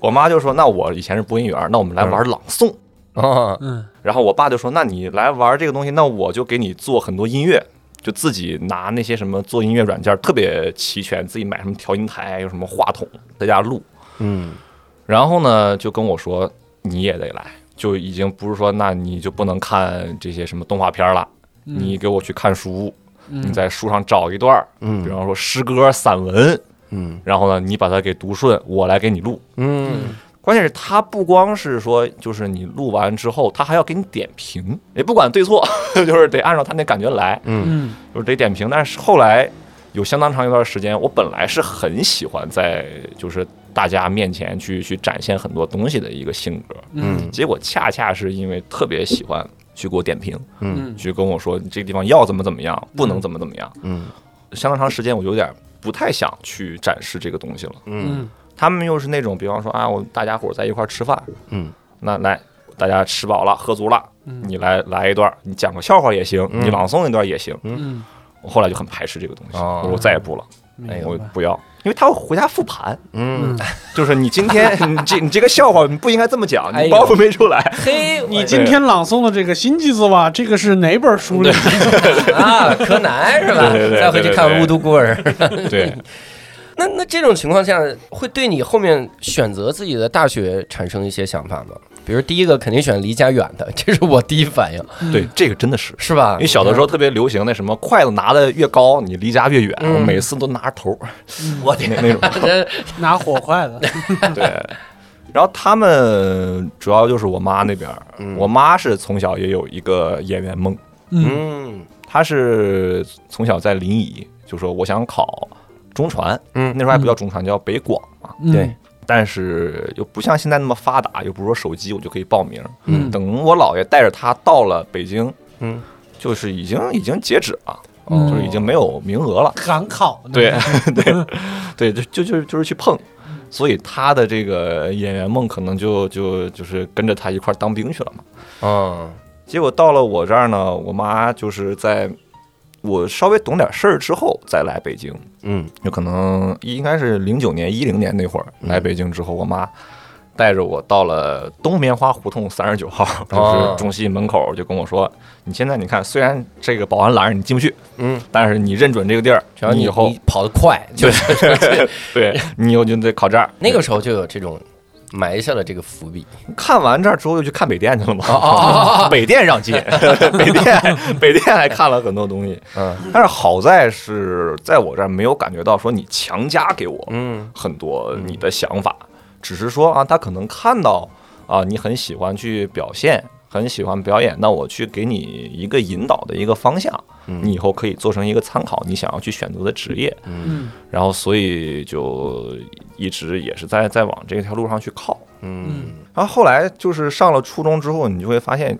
我妈就说：“那我以前是播音员，那我们来玩朗诵。
哦，
嗯，”
然后我爸就说：“那你来玩这个东西，那我就给你做很多音乐，就自己拿那些什么做音乐软件特别齐全，自己买什么调音台，有什么话筒，在家录。
嗯，
然后呢，就跟我说你也得来，就已经不是说那你就不能看这些什么动画片了，你给我去看书，你在书上找一段儿，
嗯
比方说诗歌、散文，
嗯
然后呢，你把它给读顺，我来给你录。”
嗯，
关键是他不光是说，就是你录完之后，他还要给你点评，也不管对错， 就是得按照他那感觉来，
嗯
就是得点评。但是后来有相当长一段时间，我本来是很喜欢在就是大家面前去去展现很多东西的一个性格，
嗯
结果恰恰是因为特别喜欢去给我点评，
嗯
去跟我说你这个地方要怎么怎么样，不能怎么怎么样。
嗯，
相当长时间我有点不太想去展示这个东西了。
嗯
他们又是那种，比方说啊，我大家伙儿在一块儿吃饭，
嗯，
那来大家吃饱了喝足了，
嗯
你来来一段儿，你讲个笑话也行，你朗诵一段儿也行。
嗯，
我后来就很排斥这个东西，
哦
我说我再也不了，
明
哎
白
呦
我不要。因为他会回家复盘，
嗯，
就是你今天你这你这个笑话你不应该这么讲，
哎呦
你包袱没出来，
嘿，
你今天朗诵的这个《新吉斯瓦》，这个是哪本书里？
啊，柯南是吧？
对对对
再回去看《
对对对
雾都孤儿》。
对，
那那这种情况下，会对你后面选择自己的大学产生一些想法吗？比如第一个肯定选离家远的，这是我第一反应，
对，这个真的是。
是吧？
因为小的时候特别流行那什么筷子拿的越高，你离家越远。
嗯
我每次都拿着头，
我天，
那那种。
这
拿火筷 子，
对，然后他们主要就是我妈那边儿，我妈是从小也有一个演员梦，
嗯
她是从小在临沂就说我想考中传，
嗯
那时候还不叫中传，叫北广嘛。
嗯
对，
但是又不像现在那么发达，又不是说手机我就可以报名。
嗯
等我姥爷带着他到了北京，
嗯，
就是已经已经截止了，
嗯
就是已经没有名额了。
赶考呢
对
嗯
对，就就就就是去碰，所以他的这个演员梦可能就就就是跟着他一块儿当兵去了嘛。
嗯
结果到了我这儿呢，我妈就是在我稍微懂点事儿之后再来北京，
嗯
有可能应该是零九年、一零年那会儿
嗯
来北京之后，我妈带着我到了东棉花胡同三十九号，就
哦
是中戏门口，就跟我说：“你现在你看，虽然这个保安拦着你进不去，
嗯，
但是你认准这个地儿，
只要
你
你
以后
你跑得快，就是
对你以后就得考这儿。”
那个时候就有这种埋下了这个伏笔。
看完这儿之后又去看北电去了嘛，
哦哦
北电让进，北电 北电还看了很多东西，
嗯
但是好在是在我这儿没有感觉到说你强加给我
嗯
很多你的想法，只是说啊，他可能看到啊你很喜欢去表现，很喜欢表演，那我去给你一个引导的一个方向，你以后可以做成一个参考，你想要去选择的职业，
嗯
然后所以就一直也是在在往这条路上去靠。
嗯
然后后来就是上了初中之后，你就会发现，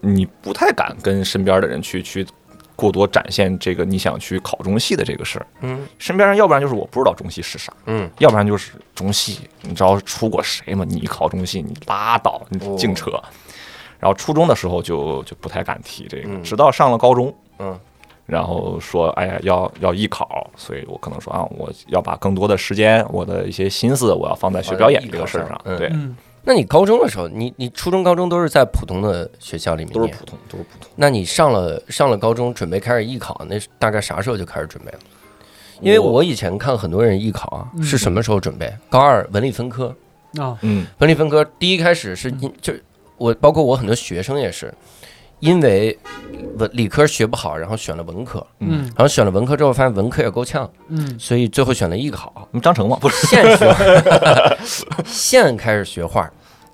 你不太敢跟身边的人去去过多展现这个你想去考中戏的这个事儿。
嗯
身边人要不然就是我不知道中戏是啥，
嗯，
要不然就是中戏，你知道出过谁吗？你考中戏，你拉倒，你
哦
净扯。然后初中的时候就就不太敢提这个，
嗯
直到上了高中，
嗯，
然后说，哎呀，要要艺考，所以我可能说啊，我要把更多的时间，我的一些心思，我要放在学表演这个事儿
放
上
在艺考上，
对，
嗯，
那你高中的时候，你你初中、高中都是在普通的学校里面
都是
念
普通，都是普通。
那你上了上了高中，准备开始艺考，那是大概啥时候就开始准备了？因为我以前看很多人艺考啊，
嗯
是什么时候准备？高二文理分科，
啊，
嗯
文理分科第一开始是
嗯
因就我包括我很多学生也是，因为文理科学不好，然后选了文科，
嗯
然后选了文科之后发现文科也够呛，
嗯
所以最后选了艺考，
那么张成嘛，不是
现学， 现开始学画，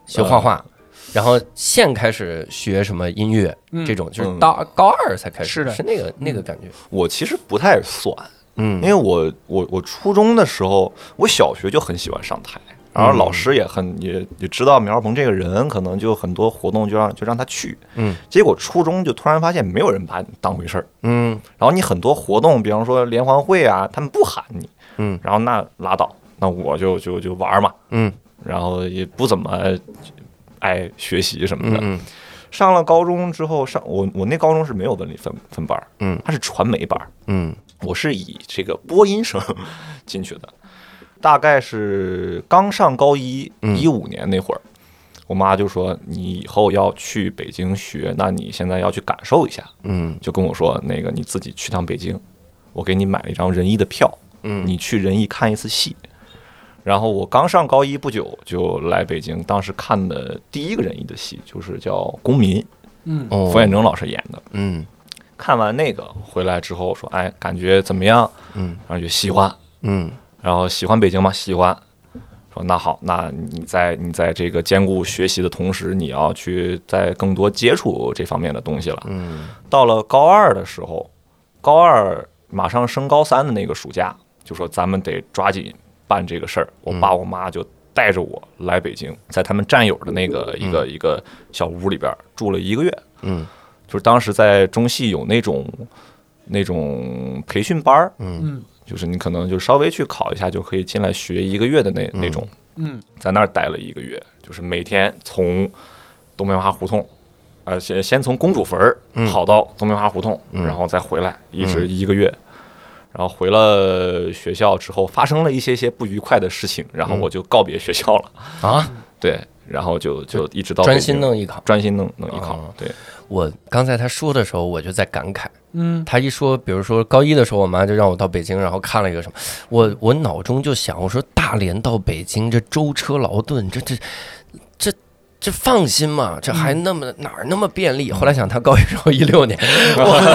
学画画，然后现开始学什么音乐，
嗯
这种就是
嗯
到高二才开始，
是的嗯
是那个那个感觉，
我其实不太算，
嗯
因为我我我初中的时候，我小学就很喜欢上台，
嗯
然后老师也很也也知道苗小鹏这个人，可能就很多活动就让就让他去，
嗯，
结果初中就突然发现没有人把你当回事儿，
嗯
然后你很多活动，比方说联欢会啊，他们不喊你，
嗯
然后那拉倒，那我就就就玩儿嘛，
嗯
然后也不怎么爱学习什么的，
嗯
上了高中之后，上我我那高中是没有文理分分班儿，
嗯
它是传媒班儿，
嗯
我是以这个播音生进去的，大概是刚上高一，
嗯
一五年那会儿，我妈就说你以后要去北京学，那你现在要去感受一下，
嗯
就跟我说那个你自己去趟北京，我给你买了一张仁义的票，
嗯，
你去仁义看一次戏。然后我刚上高一不久就来北京，当时看的第一个仁义的戏就是叫《公民》，
嗯
哦
冯远征老师演的。
嗯
看完那个回来之后说，哎，感觉怎么样？
嗯
然后就喜欢，
嗯
然后喜欢北京吗？喜欢。说那好，那你在你在这个兼顾学习的同时，你要去再更多接触这方面的东西了。
嗯
到了高二的时候，高二马上升高三的那个暑假，就说咱们得抓紧办这个事儿。我爸我妈就带着我来北京，在他们战友的那个一个一个小屋里边儿住了一个月。
嗯
就是当时在中戏有那种那种培训班儿，
嗯
就是你可能就稍微去考一下就可以进来学一个月的那那种，
嗯
在那儿待了一个月，就是每天从东棉花胡同，呃，先
嗯
先从公主坟儿跑到东棉花胡同，然后再回来，一直一个月。然后回了学校之后，发生了一些些不愉快的事情，
嗯
然后我就告别学校了。
啊，
对，然后就就一直到
专
北
心
京
弄艺考。
专心弄弄艺考
哦。
对，
我刚才他说的时候，我就在感慨，
嗯，
他一说，比如说高一的时候，我妈就让我到北京，然后看了一个什么，我我脑中就想，我说大连到北京这舟车劳顿，这这这这放心吗？这还那么、哪儿那么便利？后来想，他高一时候一六年，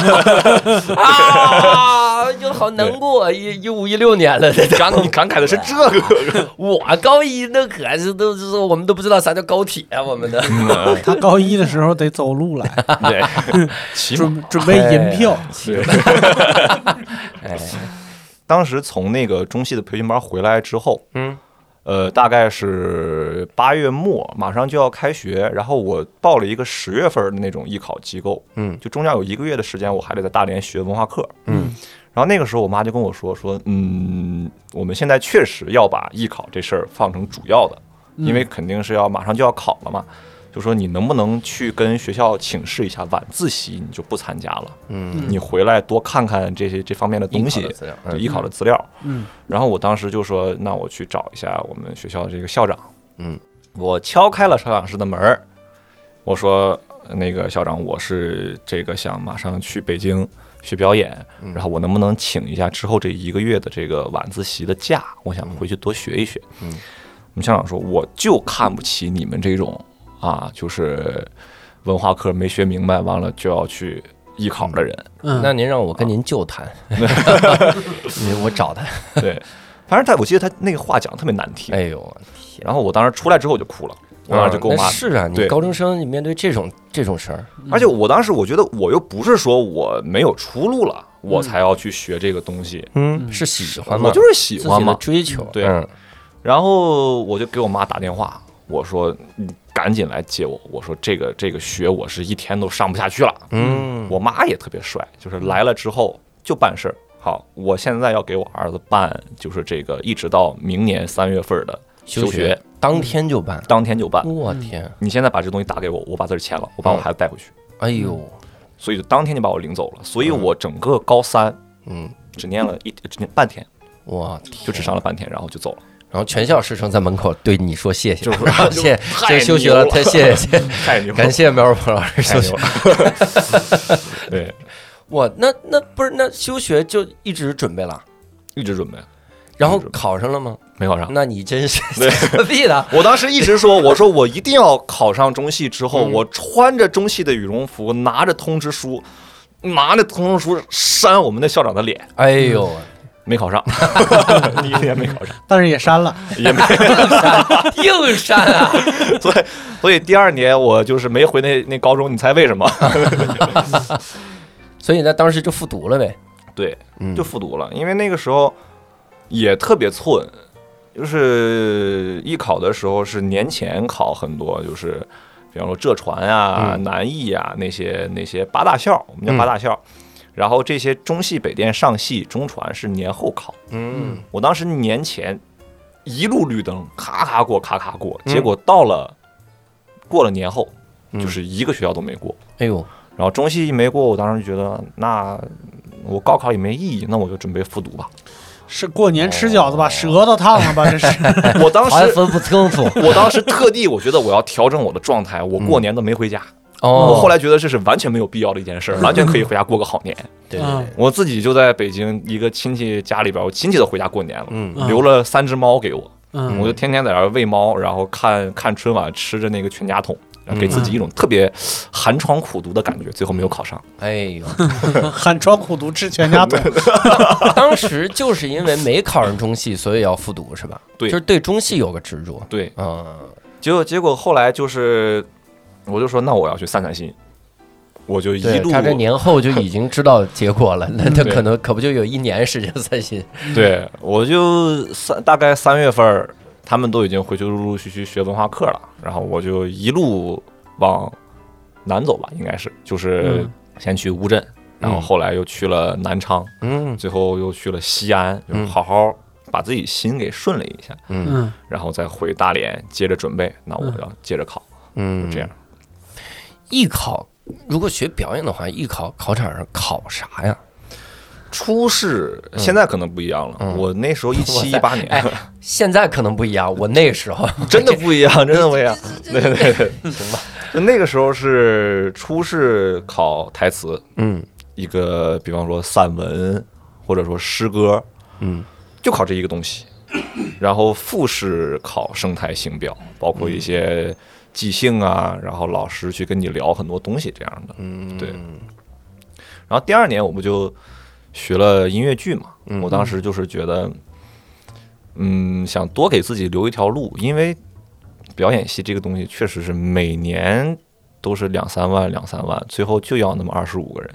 我啊，就好难过，一一五一六年了，这都
感你感慨的是 这个，
我高一那可是都是我们都不知道啥叫高铁、啊我们的
他高一的时候得走路 来，
对，起码
准准备银票，
对。
哎，
当时从那个中戏的培训班回来之后，
嗯，
呃，大概是八月末，马上就要开学，然后我报了一个十月份的那种艺考机构，
嗯
就中间有一个月的时间，我还得在大连学文化课，
嗯。
然后那个时候，我妈就跟我说说，嗯，我们现在确实要把艺考这事儿放成主要的，
嗯
因为肯定是要马上就要考了嘛。就说你能不能去跟学校请示一下，晚自习你就不参加了，
嗯，
你回来多看看这些这方面的东西
艺考的资料，嗯
对艺考的资料。
嗯，
然后我当时就说，那我去找一下我们学校的这个校长。
嗯，
我敲开了校长室的门儿，我说，呃那个校长，我是这个想马上去北京学表演，然后我能不能请一下之后这一个月的这个晚自习的假？我想回去多学一学。
嗯，
我们校长说，我就看不起你们这种啊，就是文化课没学明白，完了就要去艺考的人。
嗯，
那您让我跟您舅谈，啊 你我找他。
对，嗯 反正他我记得他那个话讲得特别难听。
哎呦，我的天！
然后我当时出来之后我就哭了，我当时就跟我
那
妈，
是啊，你
对
高中生，你面对这种这种事儿，
而且我当时我觉得我又不是说我没有出路了，我才要去学这个东西，
嗯，是喜欢吗？
我就是喜
自
欢
己的
嘛。
追求，
对
嗯
然后我就给我妈打电话，我说你赶紧来接我，我说这个这个学我是一天都上不下去了。
嗯，
我妈也特别帅，就是来了之后就办事儿。好，我现在要给我儿子办，就是这个一直到明年三月份的
休学当天就办，
当天就办。
我天，
你现在把这东西打给我，我把字儿签了，我把我孩子带回去。
哎呦，
所以就当天就把我领走了。所以我整个高三
嗯，
只念了一只念半天，
我天，
就只上了半天，然后就走了。
然后全校师生在门口对你说谢谢，
就是
谢
太
谢休学了，
牛了
太谢 谢，
太牛 了，
感谢苗若鹏老师休
太
学
牛。了。 对，
我那那不是那休学就一直准备了，
一直准备
然后
一直准备
考上了吗？
没考上。
那你真是
对
何必 呢？
我当时一直说，我说我一定要考上中戏。之后，
嗯
我穿着中戏的羽绒服，拿着通知书，拿着通知书扇我们的校长的脸，
哎呦，
没考 上，第一年没考上，
但是也删了，
也没。
硬删啊！
所以， 所以第二年我就是没回那那高中。你猜为什么？
所以呢，当时就复读了呗。
对，
嗯
就复读了，因为那个时候也特别寸，就是艺考的时候是年前考很多，就是比方说浙传啊、
嗯
南艺啊那些那些八大校，我们叫八大校。
嗯
然后这些中戏、北电、上戏、中传是年后考，
嗯
我当时年前一路绿灯，咔咔过，咔咔过，
嗯
结果到了过了年后，
嗯
就是一个学校都没过。
哎呦，
然后中戏没过，我当时就觉得那我高考也没意义，那我就准备复读吧。
是过年吃饺子把舌头烫了吧？ 这是
我当
还
时，
分不清楚
我当时特地，我觉得我要调整我的状态，我
嗯
过年都没回家。
哦
我后来觉得这是完全没有必要的一件事，完全可以回家过个好年。
对
嗯
我自己就在北京一个亲戚家里边，我亲戚都回家过年了，
嗯
嗯
留了三只猫给我，
嗯
我就天天在那儿喂猫，然后看看春晚，吃着那个全家桶。然后给
嗯
自己一种特别寒窗苦读的感觉，最后没有考上。
哎呦，
寒窗苦读吃全家桶，
当时就是因为没考上中戏，所以要复读是吧？
对
就是对中戏有个执着。
对，
嗯，
结果结果后来就是，我就说那我要去散散心，我就一
对
路
他这年后就已经知道结果 了，那他
对
可能可不就有一年时间散 心。
对我就三大概三月份儿，他们都已经回去陆陆续续学文化课了，然后我就一路往南走吧，应该是就是
嗯
先去乌镇，然后后来又去了南昌，
嗯
最后又去了西安，就
嗯
好好把自己心给顺了一下，
嗯
嗯
然后再回大连接着准备，那我
嗯
要接着考，
嗯
就这样。
艺考如果学表演的话，艺考考场上考啥呀？
初试现在可能不一样了。
嗯
我那时候一七一
哇
八
塞
年，
哎，现在可能不一样，我那时候
真的不一样，真的不一样。对对对，
行吧，
就那个时候是初试考台词，
嗯
一个比方说散文或者说诗歌，
嗯
就考这一个东西。然后复试考生态形表，包括一些即兴啊，然后老师去跟你聊很多东西这样的。
嗯，
对然后第二年我不就学了音乐剧嘛，
嗯
我当时就是觉得，嗯，想多给自己留一条路，因为表演系这个东西确实是每年都是两三万两三万，最后就要那么二十五个人，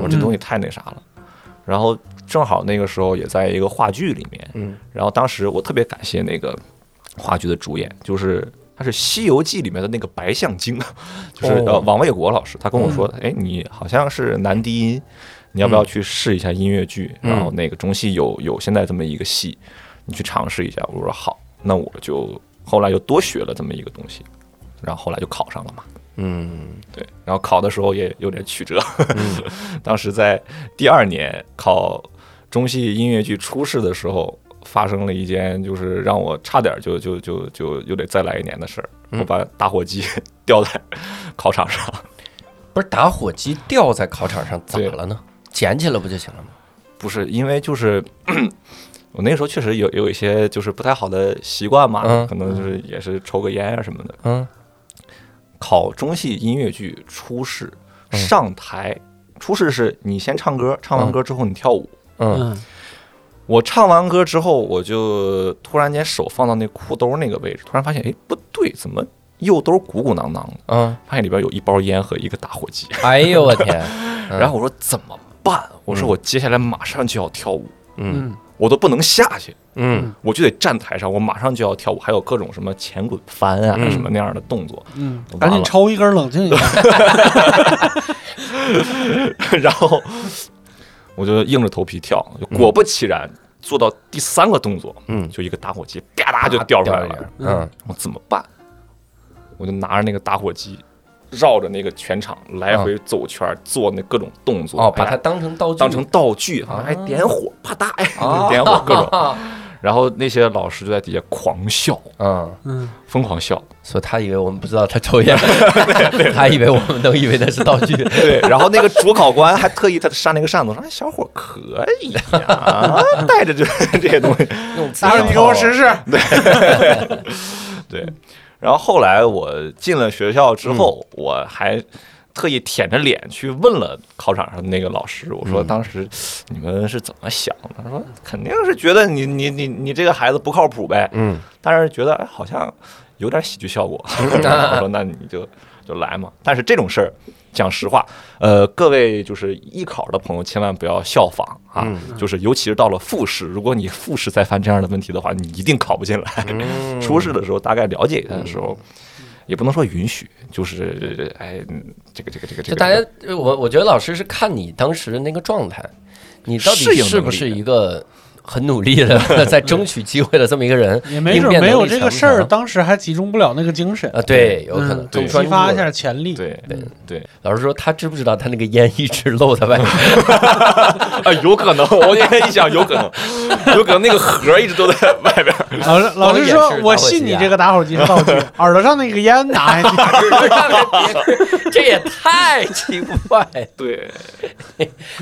我说
嗯
这东西太那啥了。然后正好那个时候也在一个话剧里面，
嗯
然后当时我特别感谢那个话剧的主演，就是他是《西游记》里面的那个白象精，啊 就是
哦嗯
呃王卫国老师，他跟我说，哎，你好像是男低音，你要不要去试一下音乐剧？
嗯
然后那个中戏有有现在这么一个戏，你去尝试一下。我说好，那我就后来又多学了这么一个东西，然后后来就考上了嘛。
嗯
对，然后考的时候也有点曲折，当时在第二年考中戏音乐剧初试的时候，发生了一件就是让我差点就就就就又得再来一年的事儿，
嗯
我把打火机 掉在考场上，
不是打火机掉在考场上咋
对
了呢？捡起来不就行了吗？
不是因为就是。 我那时候确实有有一些就是不太好的习惯嘛，
嗯
可能就是也是抽个烟啊什么的。
嗯
考中戏音乐剧初试
嗯
上台，初试是你先唱歌，唱完歌之后你跳舞，
嗯
嗯
我唱完歌之后，我就突然间手放到那裤兜那个位置，突然发现，哎，不对，怎么右兜鼓鼓囊囊的？
嗯，
发现里边有一包烟和一个打火机。
哎呦我天， 嗯
然后我说怎么办？我说我接下来马上就要跳舞，
嗯
嗯
我都不能下去，
嗯
我就得站台上，我马上就要跳舞，还有各种什么前滚翻啊、
嗯
什么那样的动作。
嗯，
完
赶
了
紧抽一根冷静一下。
然后我就硬着头皮跳，就果不其然，做到第三个动作，
嗯，
就一个打火机啪嗒就掉出来了。
嗯
我怎么办？我就拿着那个打火机，绕着那个全场来回走圈，做那各种动作，
啊哦，
哎
把
呀
它当成道具，
当成道具啊，还点火，啪嗒，
啊
哎， 点火各种。 然后那些老师就在底下狂笑，
嗯，
嗯，
疯狂笑。
所以他以为我们不知道他抽 烟， 他以为我们都以为那是道具。
对，然后那个主考官还特意他扇那个扇子说：“哎，小伙可以呀，带着这这些东西。”
用磁
待会儿你给我试试。
对，然后后来我进了学校之后，我还特意舔着脸去问了考场上那个老师，我说当时你们是怎么想的？他说肯定是觉得你你你你这个孩子不靠谱呗，
嗯
但是觉得哎好像有点喜剧效果。我说那你就就来嘛。但是这种事儿，讲实话，呃，各位就是艺考的朋友千万不要效仿啊，
嗯
就是尤其是到了复试，如果你复试再犯这样的问题的话，你一定考不进来。
嗯
初试的时候大概了解一下的时候。也不能说允许，就是哎，嗯这个这个这个这
就
个，
大家，呃我我觉得老师是看你当时那个状态，你到
适应
底
能力
是不是一个很努力的 在争取机会的这么一个人？
也没
应
准
变能
没
力
有这个
强不
事儿，
强
当时还集中不了那个精神
啊，对，有可能
嗯
对
总
更专
激
注
发一
了
下潜力。
对对
嗯
对，
老师说他知不知道他那个烟一直漏在外面？
啊，有可能，我现在一想，有可能，有可能那个盒一直都在外边，
老师老师
也
说
是：“
我信你这个打火机是道具，耳朵上那个烟拿下去。
这也太奇怪了。
对，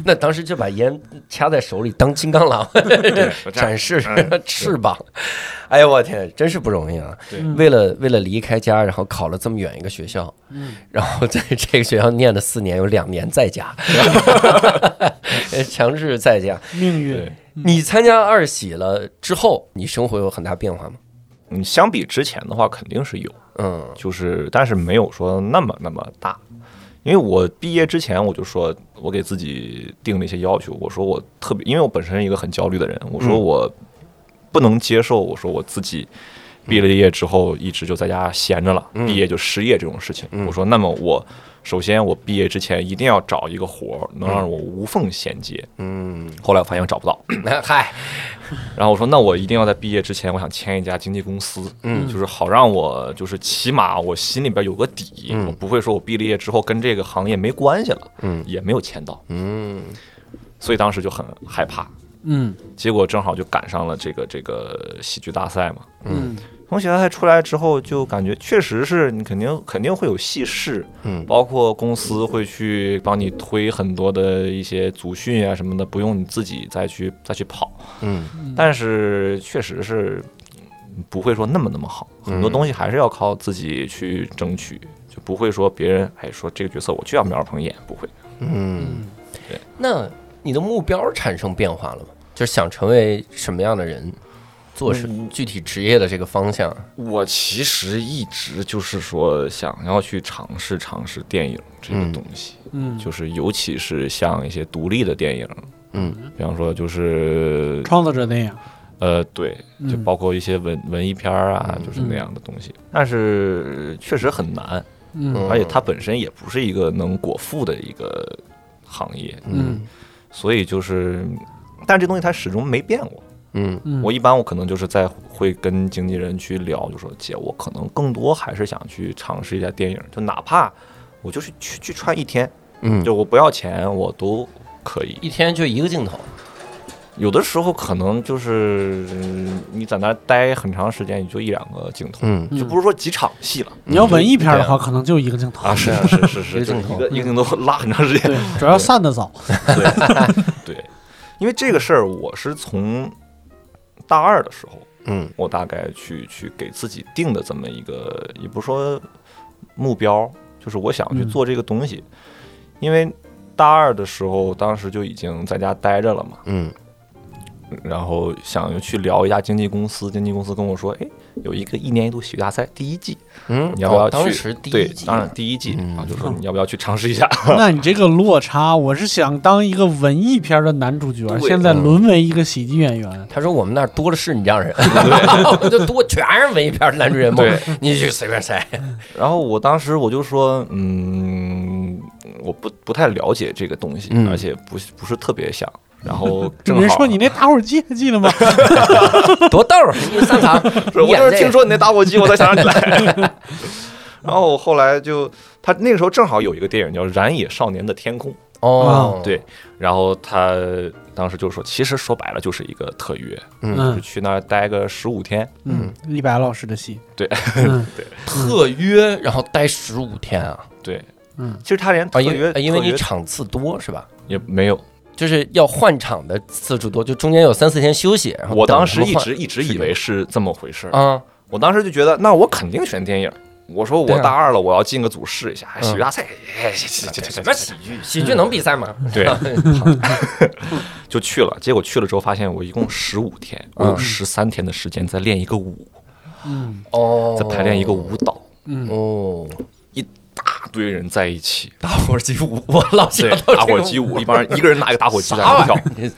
那当时就把烟掐在手里当金刚狼展示翅膀。哎呦我天，真是不容易啊！
对
为了为了离开家，然后考了这么远一个学校，
嗯
然后在这个学校念了四年，有两年在家，强制在家。”
命运
对，
你参加二喜了之后，你生活有很大变化吗？
嗯，相比之前的话，肯定是有，
嗯
就是但是没有说那么那么大，因为我毕业之前我就说，我给自己定了一些要求，我说我特别，因为我本身是一个很焦虑的人，我说
嗯
我不能接受，我说我自己毕了业之后一直就在家闲着了，
嗯
毕业就失业这种事情，
嗯
我说那么我首先我毕业之前一定要找一个活儿，能让我无缝衔接，
嗯，
后来我发现我找不到。
嗨，
然后我说，那我一定要在毕业之前，我想签一家经纪公司，
嗯
就是好让我就是起码我心里边有个底，
嗯
我不会说我毕了业之后跟这个行业没关系了，
嗯
也没有签到，
嗯
所以当时就很害怕。
嗯
结果正好就赶上了这个这个喜剧大赛嘛。
嗯
从喜剧大赛出来之后，就感觉确实是你肯定肯定会有戏事，
嗯
包括公司会去帮你推很多的一些组训啊什么的，不用你自己再去再去跑。
嗯
但是确实是嗯不会说那么那么好，很多
嗯
东西还是要靠自己去争取，就不会说别人哎说这个角色我就要苗鹏演，不会。
嗯，
嗯，
那你的目标产生变化了吗？就是想成为什么样的人，做什
嗯
具体职业的这个方向？
我其实一直就是说想要去尝试尝试电影这
嗯
个东西，
嗯，
就是尤其是像一些独立的电影，
嗯
比方说就是
创作者那样，
呃，对，就
嗯
包括一些文文艺片儿啊，
嗯
就是那样的东西。但是确实很难，
嗯
而且它本身也不是一个能果腹的一个行业，
嗯
所以就是，但这东西它始终没变过。
嗯
嗯，
我一般我可能就是在会跟经纪人去聊，就说姐，我可能更多还是想去尝试一下电影，就哪怕我就是去去穿一天，
嗯，
就我不要钱，我都可以。
一天就一个镜头。
有的时候可能就是嗯你在那儿待很长时间，也就一两个镜头，
嗯
就不是说几场戏了
你要文艺片的
对
话，可能就一个镜头
啊， 是是是是
一个
是，就
镜
是
头
一个一个镜头拉很长时间，
对，主要散的早，
对，因为这个事儿我是从大二的时候，
嗯
我大概去去给自己定的这么一个，也不是说目标，就是我想去
嗯
做这个东西，因为大二的时候，当时就已经在家待着了嘛，
嗯
然后想去聊一下经纪公司，经纪公司跟我说，哎，有一个一年一度喜剧大赛第一季，
嗯，
你要不要
哦当
去
时第
对
一，季，
当然第一季、
嗯
啊，就说你要不要去尝试一下？
那你这个落差，我是想当一个文艺片的男主角，
对
现在
嗯
沦为一个喜剧演员。
他说我们那儿多的是你这样 人，我们就多全是文艺片男主人梦，你就随便塞。
然后我当时我就说，嗯，我不不太了解这个东西，
嗯
而且不是不是特别想。然后正好啊
人说你那打火机还记得吗？
多逗儿，你三堂，
是我
演
就是
这
听
个
说你那打火机，我才想让你来。 然后我后来就他那个时候正好有一个电影叫《燃野少年的天空》，
哦，
嗯对，然后他当时就说，其实说白了就是一个特约，就
嗯
去那儿待个十五天，
嗯，李白老师的戏，
对
嗯，
特约，然后待十五天啊，
对，
嗯
其实他连
啊，
特
因
约
为因为
特约
你场次多是吧？
也没有，
就是要换场的次数多，就中间有三四天休息。然后
我
等
当
他
时
们
一
换
直一直以为是这么回事儿，
啊，
我当时就觉得，那我肯定选电影。我说
对
我
啊
大二了，我要进个组试一下，还喜剧
嗯
大赛，哎这这这
什
这
么
这
喜剧？喜剧能比赛吗？
对，就去了。结果去了之后，发现我一共十五天，我有十三天的时间在练一个舞，
嗯
哦，
在排练一个舞蹈，
嗯，
哦，
一大堆人在一起，
打火机舞，我老想
对
到，
打
这个
火机舞，一帮人一个人拿一个打火机在那
啥
儿跳
玩。意儿？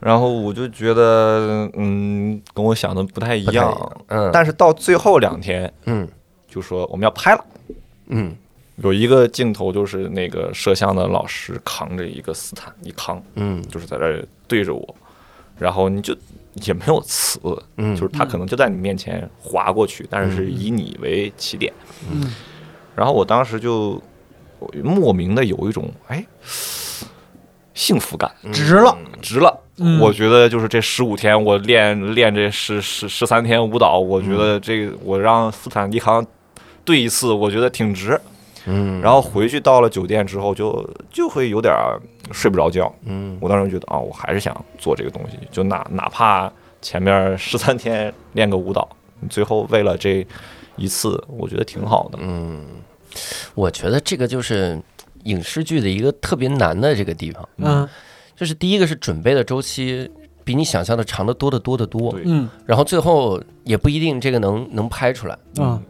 然后我就觉得，嗯，跟我想的不太一
不太一
样
样。嗯
但是到最后两天，
嗯
就说我们要拍了。
嗯
有一个镜头就是那个摄像的老师扛着一个斯坦尼康，
嗯
就是在这儿对着我，然后你就也没有词，
嗯
就是他可能就在你面前划过去，但是是以你为起点。
嗯，
然后我当时就我莫名的有一种哎幸福感，
嗯
值了，
值了。
嗯
我觉得就是这十五天，我练练这十十十三天舞蹈，我觉
嗯
得这个我让斯坦尼康对一次，我觉得挺值。
嗯，
然后回去到了酒店之后就，就会有点儿睡不着觉。
嗯
我当时觉得啊，我还是想做这个东西，就哪哪怕前面十三天练个舞蹈，你最后为了这一次，我觉得挺好的。
嗯，我觉得这个就是影视剧的一个特别难的这个地方，
嗯
就是第一个是准备的周期比你想象的长得多得多得多，
对
嗯
然后最后也不一定这个能能拍出来。
嗯
啊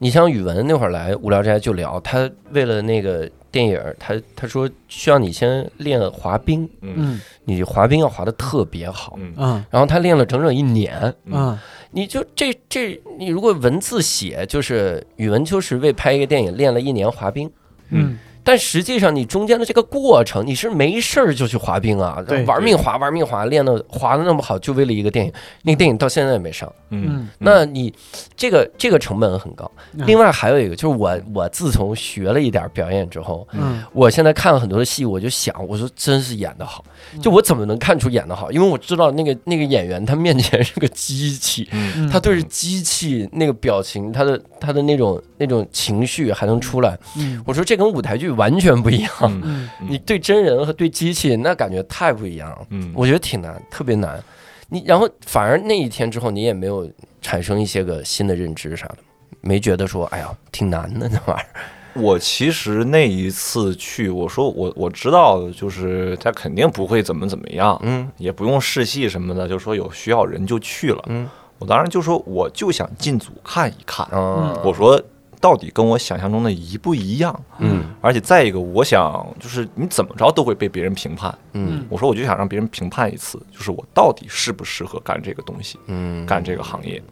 你像宇文那会儿来无聊斋就聊，他为了那个电影儿，他他说需要你先练滑冰，
嗯
嗯
你滑冰要滑得特别好。
嗯
啊
然后他练了整整一年，
啊
你就这这，你如果文字写，就是宇文秋实为拍一个电影练了一年滑冰，
嗯
但实际上你中间的这个过程，你是没事儿就去滑冰啊
对，
玩命滑，玩命滑，练的滑的那么好，就为了一个电影，那个电影到现在也没上。
嗯，
嗯，
那你这个这个成本很高。
嗯
另外还有一个就是我我自从学了一点表演之后，
嗯，
我现在看了很多的戏，我就想，我说真是演得好，就我怎么能看出演得好？因为我知道那个那个演员他面前是个机器，
嗯
他对着机器那个表情，他的他的那种那种情绪还能出来。
嗯
我说这跟舞台剧完全不一样，
嗯
嗯
嗯
你对真人和对机器那感觉太不一样了，
嗯，
我觉得挺难，特别难。你然后反而那一天之后，你也没有产生一些个新的认知啥的，没觉得说哎呀挺难的那玩意儿。
我其实那一次去，我说我我知道，就是他肯定不会怎么怎么样，
嗯
也不用试戏什么的，就说有需要人就去了。
嗯
我当时就说我就想进组看一看，
啊
我说到底跟我想象中的一不一样？
嗯
而且再一个，我想就是你怎么着都会被别人评判。
嗯
我说我就想让别人评判一次，就是我到底适不适合干这个东西，
嗯，
干这个行业。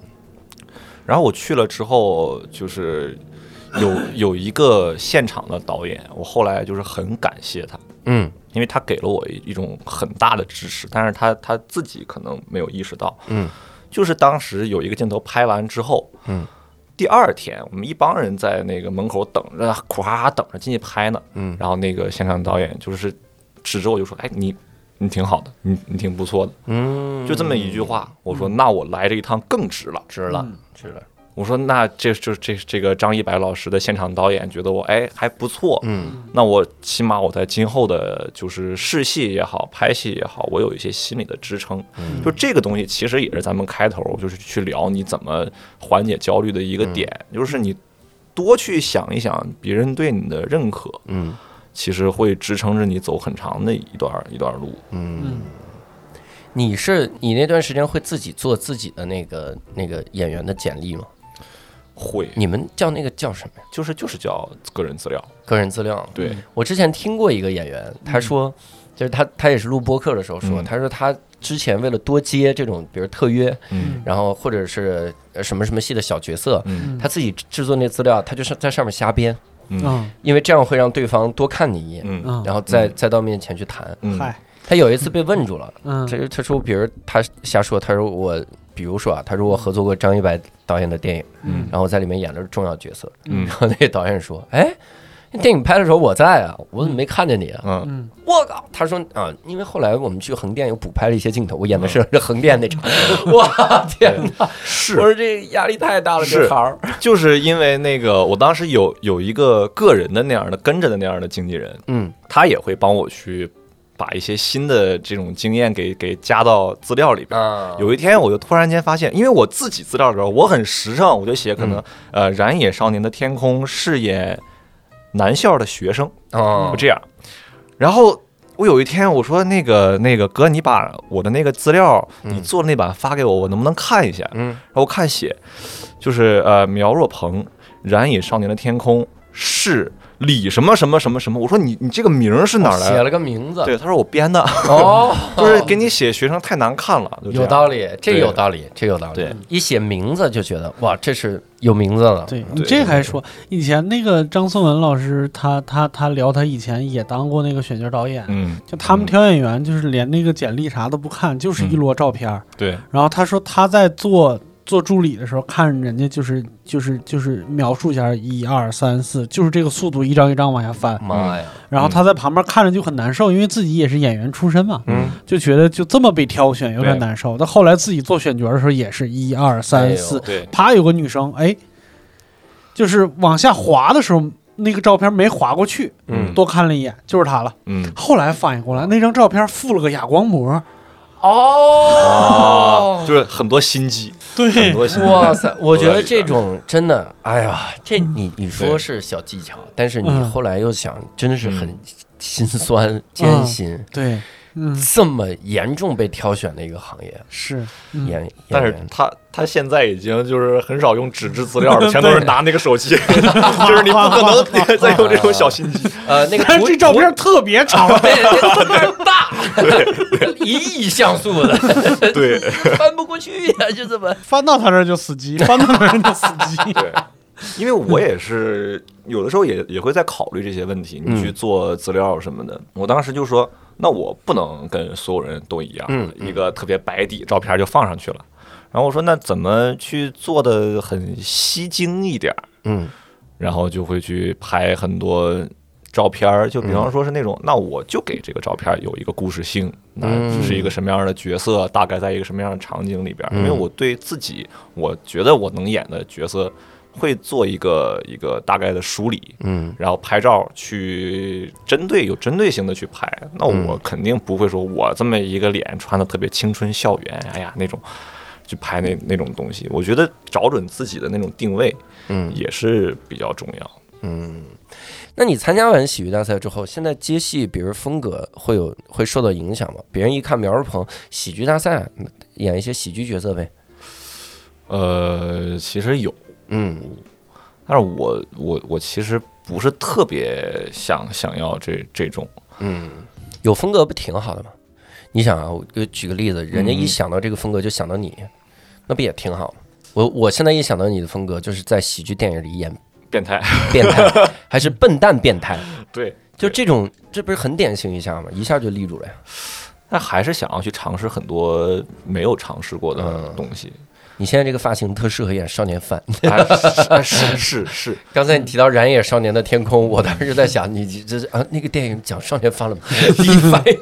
然后我去了之后，就是有有一个现场的导演，我后来就是很感谢他，
嗯
因为他给了我一一种很大的支持，但是他他自己可能没有意识到，
嗯，
就是当时有一个镜头拍完之后，
嗯，
第二天我们一帮人在那个门口等着，苦哈哈等着进去拍呢，
嗯
然后那个香港导演就是指着我就说，哎，你你挺好的，你你挺不错的，
嗯，
就这么一句话，我说那我来这一趟更值了，
值了值了，
我说那这就是这这个张一白老师的现场导演觉得我哎还不错，
嗯
那我起码我在今后的就是试戏也好，拍戏也好，我有一些心理的支撑。就这个东西其实也是咱们开头就是去聊你怎么缓解焦虑的一个点，就是你多去想一想别人对你的认可，
嗯
其实会支撑着你走很长的一段一段路。
嗯
嗯。
你是你那段时间会自己做自己的那个那个演员的简历吗？
会，
你们叫那个叫什么呀？
就是就是叫个人资料，
个人资料。
对，
我之前听过一个演员，他说，就是他他也是录播客的时候说，
嗯
他说他之前为了多接这种比如特约，
嗯
然后或者是呃什么什么戏的小角色，
嗯
他自己制作那资料，他就是在上面瞎编，
嗯
嗯
因为这样会让对方多看你一眼，
嗯
嗯，
然后再再到面前去谈。
嗯，
嗨，
他有一次被问住了，
嗯
他就他说，比如他瞎说，他说我，比如说啊，他说我合作过张一白导演的电影，
嗯
然后在里面演了重要角色，
嗯
然后那个导演说，哎，那电影拍的时候我在啊，我怎么没看见你啊？
嗯
嗯
我靠！他说啊，因为后来我们去横店又补拍了一些镜头，我演的是横店那场，哇天哪！
是
我说这压力太大了，这
是
行儿，
就是因为那个，我当时有有一个个人的那样的跟着的那样的经纪人，
嗯
他也会帮我去把一些新的这种经验给给加到资料里边。
啊，
有一天，我就突然间发现，因为我自己资料的时候，我很时尚，我就写可能、
嗯
呃，燃野少年的天空饰演男校的学生，
啊
我，这样。然后我有一天我说那个那个哥，你把我的那个资料，你
嗯
做的那版发给我，我能不能看一下？
嗯
然后我看写，就是呃，苗若鹏《燃野少年的天空》是李什么什么什么什么。我说你你这个名儿是哪儿来
写
的？
了个名字，
对，他说我编 的，，
哦
就是给你写学生太难看了， 就这样
有道理，这
对
有道理，这有道理。
对，
一写名字就觉得哇，这是有名字了。
对你
对
这还说，以前那个张颂文老师，他他他聊他以前也当过那个选角导演，
嗯，嗯
就他们挑演员就是连那个简历啥都不看，就是一摞照片儿。
对，
然后他说他在做做助理的时候，看人家就是就是就是描述一下一二三四，就是这个速度一张一张往下
嗯
翻。
妈呀，
然后他在旁边看着就很难受，因为自己也是演员出身嘛，
嗯，
就觉得就这么被挑选有点
对
难受。但后来自己做选角的时候也是一二
哎
三
呦
四，
对，
啪有个女生，哎，就是往下滑的时候。那个照片没滑过去，
嗯
多看了一眼，就是她了。
嗯，
后来反应过来，那张照片附了个哑光膜，
嗯 啊，
哦，
就是很多心机，很
对，
多心机。
哇 塞，我觉得这种真的，哎呀，这你你说是小技巧，但是你
嗯
后来又想，真的是很
嗯
心酸艰辛，
对，嗯，
这么严重被挑选的一个行业，
是，嗯
演
但
演
是
员。
他他现在已经就是很少用纸质资料了，全都是拿那个手 机， 就是你不 可能再用这种小心机。
呃，那个
但是
图
这照
图
片特别长，
对，这么大，一亿像素 的，
对，
翻不过去呀、就这么。
翻到他这儿就死机，翻到他这儿就死机。
对，因为我也是有的时候也也会在考虑这些问题，你
嗯
去做资料什么的。我当时就说，那我不能跟所有人都一样，
嗯嗯
一个特别白底照片就放上去了。然后我说，那怎么去做的很吸睛一点儿？
嗯
然后就会去拍很多照片儿，就比
嗯
方说是那种，那我就给这个照片儿有一个故事性，那
嗯
是一个什么样的角色，大概在一个什么样的场景里边儿，
嗯
因为我对自己，我觉得我能演的角色会做一个一个大概的梳理。
嗯
然后拍照去针对有针对性的去拍，那
嗯
我肯定不会说我这么一个脸穿的特别青春校园，哎呀那种去拍那那种东西，我觉得找准自己的那种定位
嗯
也是比较重要。
嗯。那你参加完喜剧大赛之后，现在接戏，比如风格会有会受到影响吗？别人一看苗若鹏喜剧大赛，嗯演一些喜剧角色呗。
呃，其实有，
嗯
但是我我我其实不是特别想想要这这种，
嗯，有风格不挺好的吗？你想啊，我给举个例子，人家一想到这个风格就想到你，那不也挺好吗？我我现在一想到你的风格，就是在喜剧电影里演
变态。
变 态，还是笨蛋变态，
嗯对，
就这种，这不是很典型一下吗？一下就立住了呀。
但还是想要去尝试很多没有尝试过的东西。
你现在这个发型特适合演少年犯。
哎是是是，
刚才你提到《燃野少年的天空》，我当时在想，你这这啊，那个电影讲少年 犯了吗？第一反应，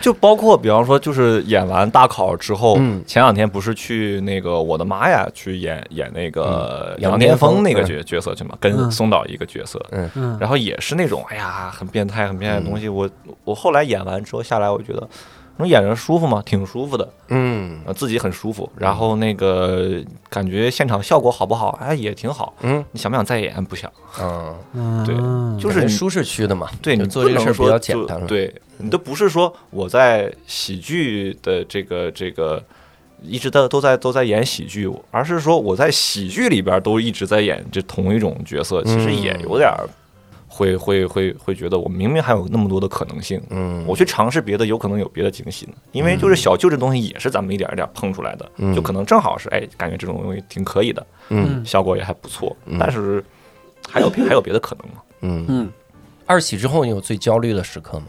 就包括比方说，就是演完大考之后，
嗯
前两天不是去那个我的妈呀，去演演那个
杨
杨
天
天
风
峰那个
嗯
角角色去嘛，
嗯
跟松岛一个角色，
嗯，
然后也是那种哎呀，很变态、很变态的东西。
嗯
我我后来演完之后下来，我觉得能演着舒服吗？挺舒服的，
嗯
呃，自己很舒服。然后那个感觉现场效果好不好？哎，也挺好。
嗯
你想不想再演？不想，
嗯，
嗯
对
嗯
就是
感觉
你
舒适区的嘛，
对
就
你
做这个事
不能
儿比
说
较
就
简单了。嗯
对你都不是说我在喜剧的这个这个。一直的都在都在演喜剧，而是说我在喜剧里边都一直在演这同一种角色，其实
嗯
也有点儿会会会会觉得我明明还有那么多的可能性，
嗯，
我去尝试别的，有可能有别的惊喜呢。因为就是小舅这东西也是咱们一点一点碰出来的，
嗯
就可能正好是哎，感觉这种东西挺可以的，
嗯
嗯
效果也还不错，
嗯
但是还有别还有别的可能吗？
嗯
嗯
二喜之后，你有最焦虑的时刻吗？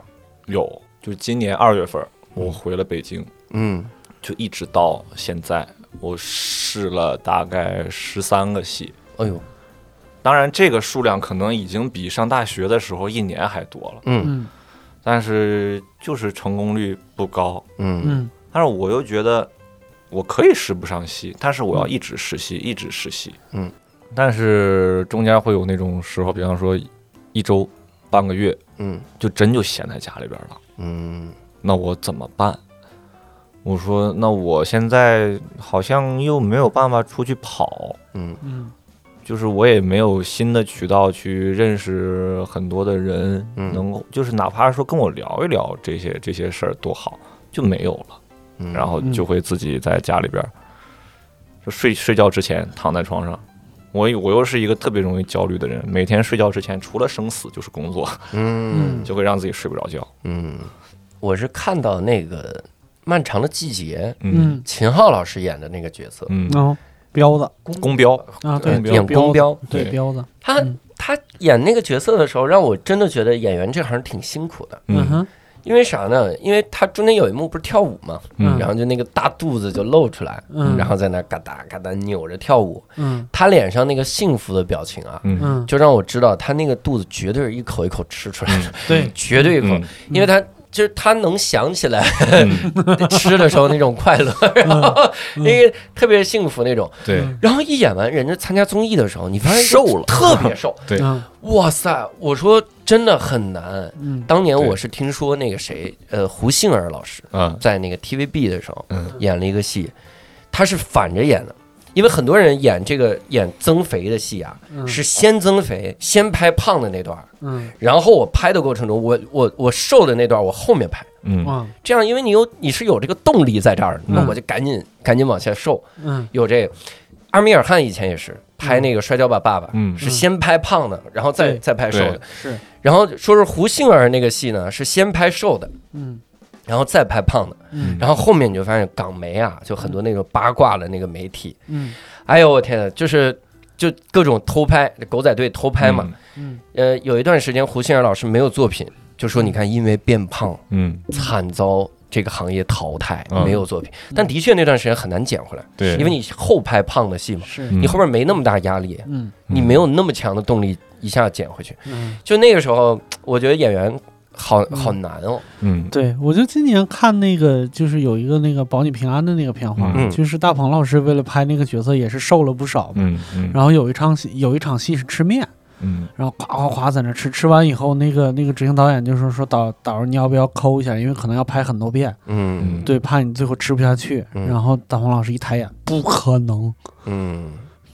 有，就是今年二月份我回了北京，
嗯
就一直到现在，我试了大概十三个戏。
哎呦，
当然，这个数量可能已经比上大学的时候一年还多了，
嗯
嗯
但是就是成功率不高。
嗯
嗯
但是我又觉得我可以试不上戏，但是我要一直试戏，一直试戏。
嗯，
但是中间会有那种时候，比方说一周、半个月，
嗯
就真就闲在家里边了。
嗯
那我怎么办？我说，那我现在好像又没有办法出去跑，
嗯
嗯
就是我也没有新的渠道去认识很多的人，
嗯
能够就是哪怕说跟我聊一聊这些这些事儿多好，就没有了。
嗯，
然后就会自己在家里边儿就睡睡觉之前躺在床上。我我又是一个特别容易焦虑的人，每天睡觉之前除了生死就是工作，
嗯
就会让自己睡不着觉。
嗯，我是看到那个《漫长的季节》，
嗯
嗯，
秦昊老师演的那个角色，
嗯，
然后哦彪子
公标
啊，
呃
对，
嗯
演
彪
公
子，
标，
对
对
彪子，
他
嗯
他演那个角色的时候，让我真的觉得演员这行挺辛苦的。
嗯
嗯
哼，
因为啥呢？因为他中间有一幕不是跳舞嘛，
嗯
然后就那个大肚子就露出来，
嗯
然后在那嘎哒嘎哒扭着跳舞。
嗯
他脸上那个幸福的表情啊，
嗯
嗯，
就让我知道他那个肚子绝对是一口一口吃出来的，
对，
绝对一口，
嗯
因为他就是他能想起来
嗯，
吃的时候那种快乐，然后那个特别幸福那种。
对
嗯
然后一演完，人家参加综艺的时候，你发现
瘦了
特别瘦。
对
嗯
哇塞，我说真的很难。
嗯
当年我
对
是听说那个谁，呃，胡杏儿老师
啊，
在那个 TVB 的时候
嗯
演了一个戏，他是反着演的，因为很多人演这个演增肥的戏啊，
嗯
是先增肥，先拍胖的那段儿，
嗯
然后我拍的过程中，我我我瘦的那段儿我后面拍，
嗯
哇
这样因为你有你是有这个动力在这儿的，那
嗯
我就赶紧赶紧往下瘦，
嗯
有这个。阿米尔汗以前也是拍那个《摔跤吧，爸爸》，
嗯
是先拍胖的，然后再
对
再拍瘦的
对。
是
然后说是胡杏儿那个戏呢，是先拍瘦的，
嗯
然后再拍胖的，
嗯
然后后面你就发现港媒啊，就很多那种八卦的那个媒体，
嗯
哎呦我天呐，就是就各种偷拍，狗仔队偷拍嘛。
嗯，
呃，有一段时间胡杏儿老师没有作品，就说你看，因为变胖
嗯，
惨遭这个行业淘汰，
嗯
没有作品。但的确那段时间很难捡回来，
对，
因为你后拍胖的戏嘛，
是，
嗯
你后面没那么大压力，
嗯
你没有那么强的动力一下捡回去。
嗯，
就那个时候，我觉得演员好
嗯
好难哦。
嗯
对，我就今年看那个，就是有一个那个保你平安的那个片花，
嗯
就是大鹏老师为了拍那个角色也是瘦了不少嘛。
嗯嗯
然后有一场戏，有一场戏是吃面，
嗯
然后夸夸夸在那吃，吃完以后，那个那个执行导演就说说导导你要不要抠一下，因为可能要拍很多遍，
嗯
嗯
对，怕你最后吃不下去。
嗯
然后大鹏老师一抬眼，不可能，
嗯，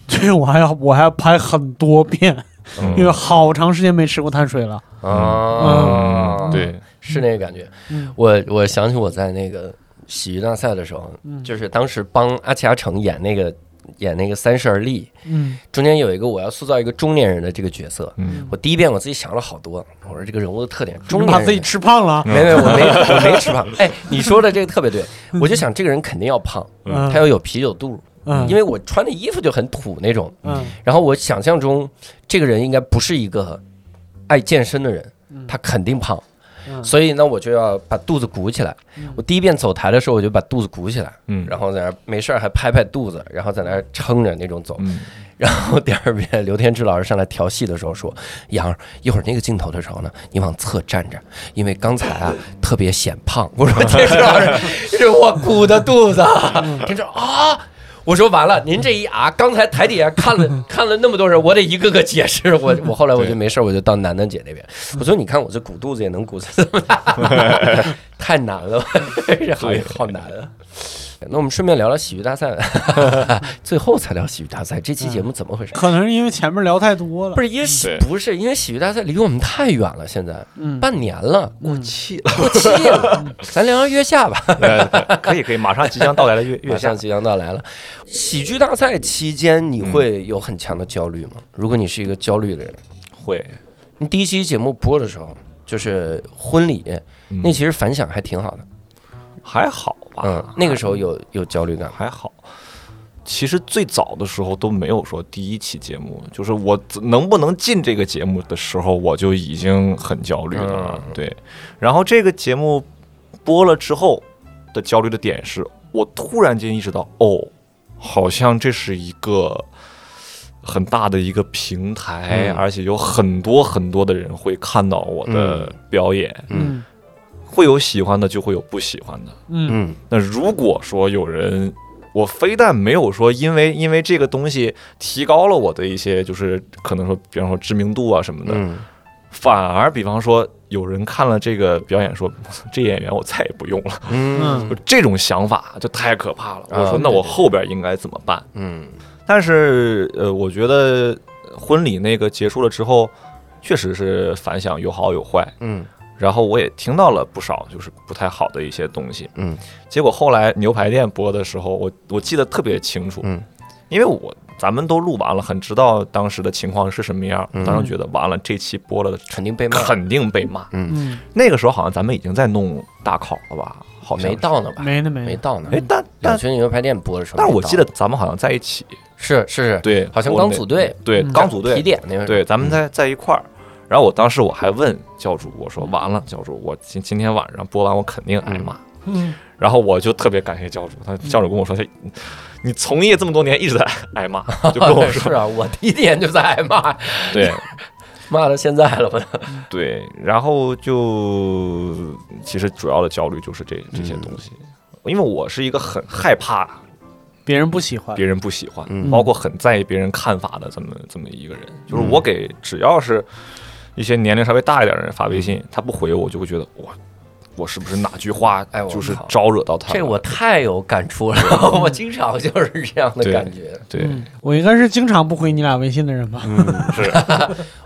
这我还要我还要拍很多遍，
嗯
因为好长时间没吃过碳水了。
啊，
嗯，对，
是那个感觉。
嗯
我我想起我在那个喜剧大赛的时候，
嗯
就是当时帮阿奇阿成演那个演那个三十而立，
嗯
中间有一个我要塑造一个中年人的这个角色。
嗯
我第一遍我自己想了好多，我说这个人物的特点，中
你
年
把
人
自己吃胖了。
没没，我没我 没吃胖。哎，你说的这个特别对，我就想这个人肯定要胖，
嗯
他要有啤酒肚，
嗯，
因为我穿的衣服就很土那种。
嗯
然后我想象中这个人应该不是一个爱健身的人
嗯，
他肯定胖，
嗯
所以呢，我就要把肚子鼓起来
嗯。
我第一遍走台的时候，我就把肚子鼓起来，
嗯，
然后在那儿没事儿还拍拍肚子，然后在那儿撑着那种走。
嗯
然后第二遍，刘天志老师上来调戏的时候说：“杨儿，一会儿那个镜头的时候呢，你往侧站着，因为刚才啊特别显胖。”我说：“天志老师，是我鼓的肚子啊。”天志啊，我说完了，您这一啊，刚才台底下看了看了那么多人，我得一个个解释。我我后来我就
对
没事儿，我就到楠楠姐那边，我说：“你看我这鼓肚子也能鼓成这么大，太难了，这行业 好难啊。”那我们顺便聊聊喜剧大赛，最后才聊喜剧大赛。这期节目怎么回事？
可能是因为前面聊太多了。
不是因为喜
对
不是因为喜剧大赛离我们太远了，现在
嗯，
半年了，
嗯
气了，
过期了，咱聊聊月下吧，
可以可以，马上即将到来 的月
马
月下嗯
上，即将到来了。喜剧大赛期间你会有很强的焦虑吗？如果你是一个焦虑的人，
会
你第一期节目播的时候就是婚礼，
嗯
那其实反响还挺好的，
还好吧？
嗯，那个时候有有焦虑感吗，
还好。其实最早的时候都没有说第一期节目，就是我怎能不能进这个节目的时候，我就已经很焦虑了。
嗯
对，然后这个节目播了之后的焦虑的点是，我突然间意识到，哦，好像这是一个很大的一个平台，
嗯
而且有很多很多的人会看到我的
嗯
表演，
嗯
会有喜欢的，就会有不喜欢的。
嗯
嗯
那如果说有人，我非但没有说因为因为这个东西提高了我的一些，就是可能说，比方说知名度啊什么的，
嗯，
反而比方说有人看了这个表演说， 这演员我再也不用了，
嗯
就这种想法就太可怕了。
啊
我说那
对
我后边应该怎么办？
嗯
但是呃，我觉得婚礼那个结束了之后，确实是反响有好有坏。
嗯
然后我也听到了不少就是不太好的一些东西，
嗯，
结果后来牛排店播的时候，我我记得特别清楚，
嗯，
因为我咱们都录完了，很知道当时的情况是什么样，
嗯
当时觉得完了，这期播了
肯定被骂，
肯定被骂。
嗯，
那个时候好像咱们已经在弄大考了吧？好像
没
是，
到呢吧？
嗯没呢没
没
呢。
到呢。
哎，但
两
但
群牛排店播的时候没
但
到，
是我记得咱们好像在一起，
是是是，
对，
好像
我们
刚组队，
对
嗯
刚组队
提点那个
对，咱们在在一块儿。然后我当时我还问教主，我
嗯
说完了，教主，我今今天晚上播完我肯定挨骂。
嗯
然后我就特别感谢教主，他
嗯
教主跟我说，他你从业这么多年一直在挨 骂，就跟我
是
说，
啊，我第一天就在挨骂，
对
骂到现在了吧？
对，然后就其实主要的焦虑就是这这些东
嗯
西，因为我是一个很害怕
别人不喜欢。
别人不喜欢，
嗯
包括很在意别人看法的这么这么一个人，就是我给只要是一些年龄稍微大一点的人发微
嗯
信，他不回我，我就会觉得我我是不是哪句话
哎我
就是
靠
招惹到他了？
这我太有感触了， 我经常就是这样的感觉。
对，
嗯，我应该是经常不回你俩微信的人吧？
嗯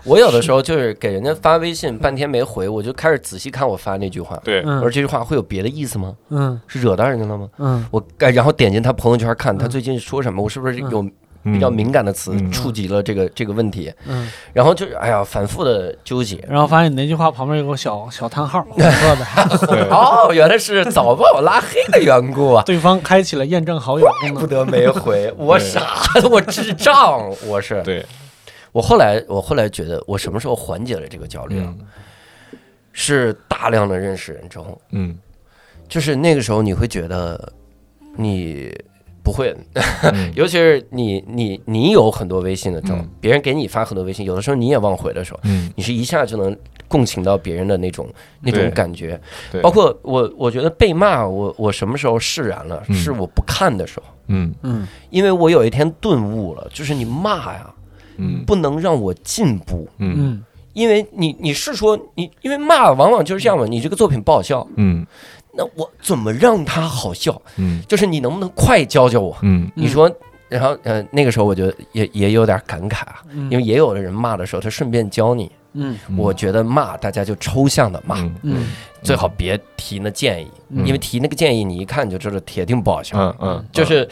我有的时候就是给人家发微信半天没回，我就开始仔细看我发那句话，
对，
我
嗯
说这句话会有别的意思吗？
嗯
是惹到人家了吗？哎
嗯
我该然后点进他朋友圈看他最近说什么，我是不是有比较敏感的词
嗯
触及了这个这个问题，
嗯，
然后就是哎呀，反复的纠结。
然后发现你那句话旁边有个小小叹号，红色的，
对
哦，原来是早把我拉黑的缘故啊！
对方开启了验证好友功
不
能。
得没回，我
对
傻，我智障，我是。
对，
我后来，我后来觉得，我什么时候缓解了这个焦虑啊？
嗯
是大量的认识人之后，
嗯
就是那个时候你会觉得你不会，
嗯
尤其是你你你有很多微信的时候，
嗯
别人给你发很多微信，有的时候你也忘回的时候，
嗯，
你是一下就能共情到别人的那种那种
对
感觉
对。
包括我，我觉得被骂，我我什么时候释然了？
嗯
是我不看的时候，
嗯
嗯
因为我有一天顿悟了，就是你骂呀，
嗯
不能让我进步，
嗯
嗯
因为你你是说你，因为骂往往就是这样嘛，你这个作品不好笑，
嗯
那我怎么让它好笑？
嗯
就是你能不能快教教我？
嗯
你说，然后呃，那个时候我觉得也也有点感慨啊，
嗯
因为也有的人骂的时候，他顺便教你。
嗯
嗯
我觉得骂大家就抽象的骂，
嗯
嗯
最好别提那建议，
嗯
因为提那个建议你一看就知道铁定不好笑。
嗯嗯，
就是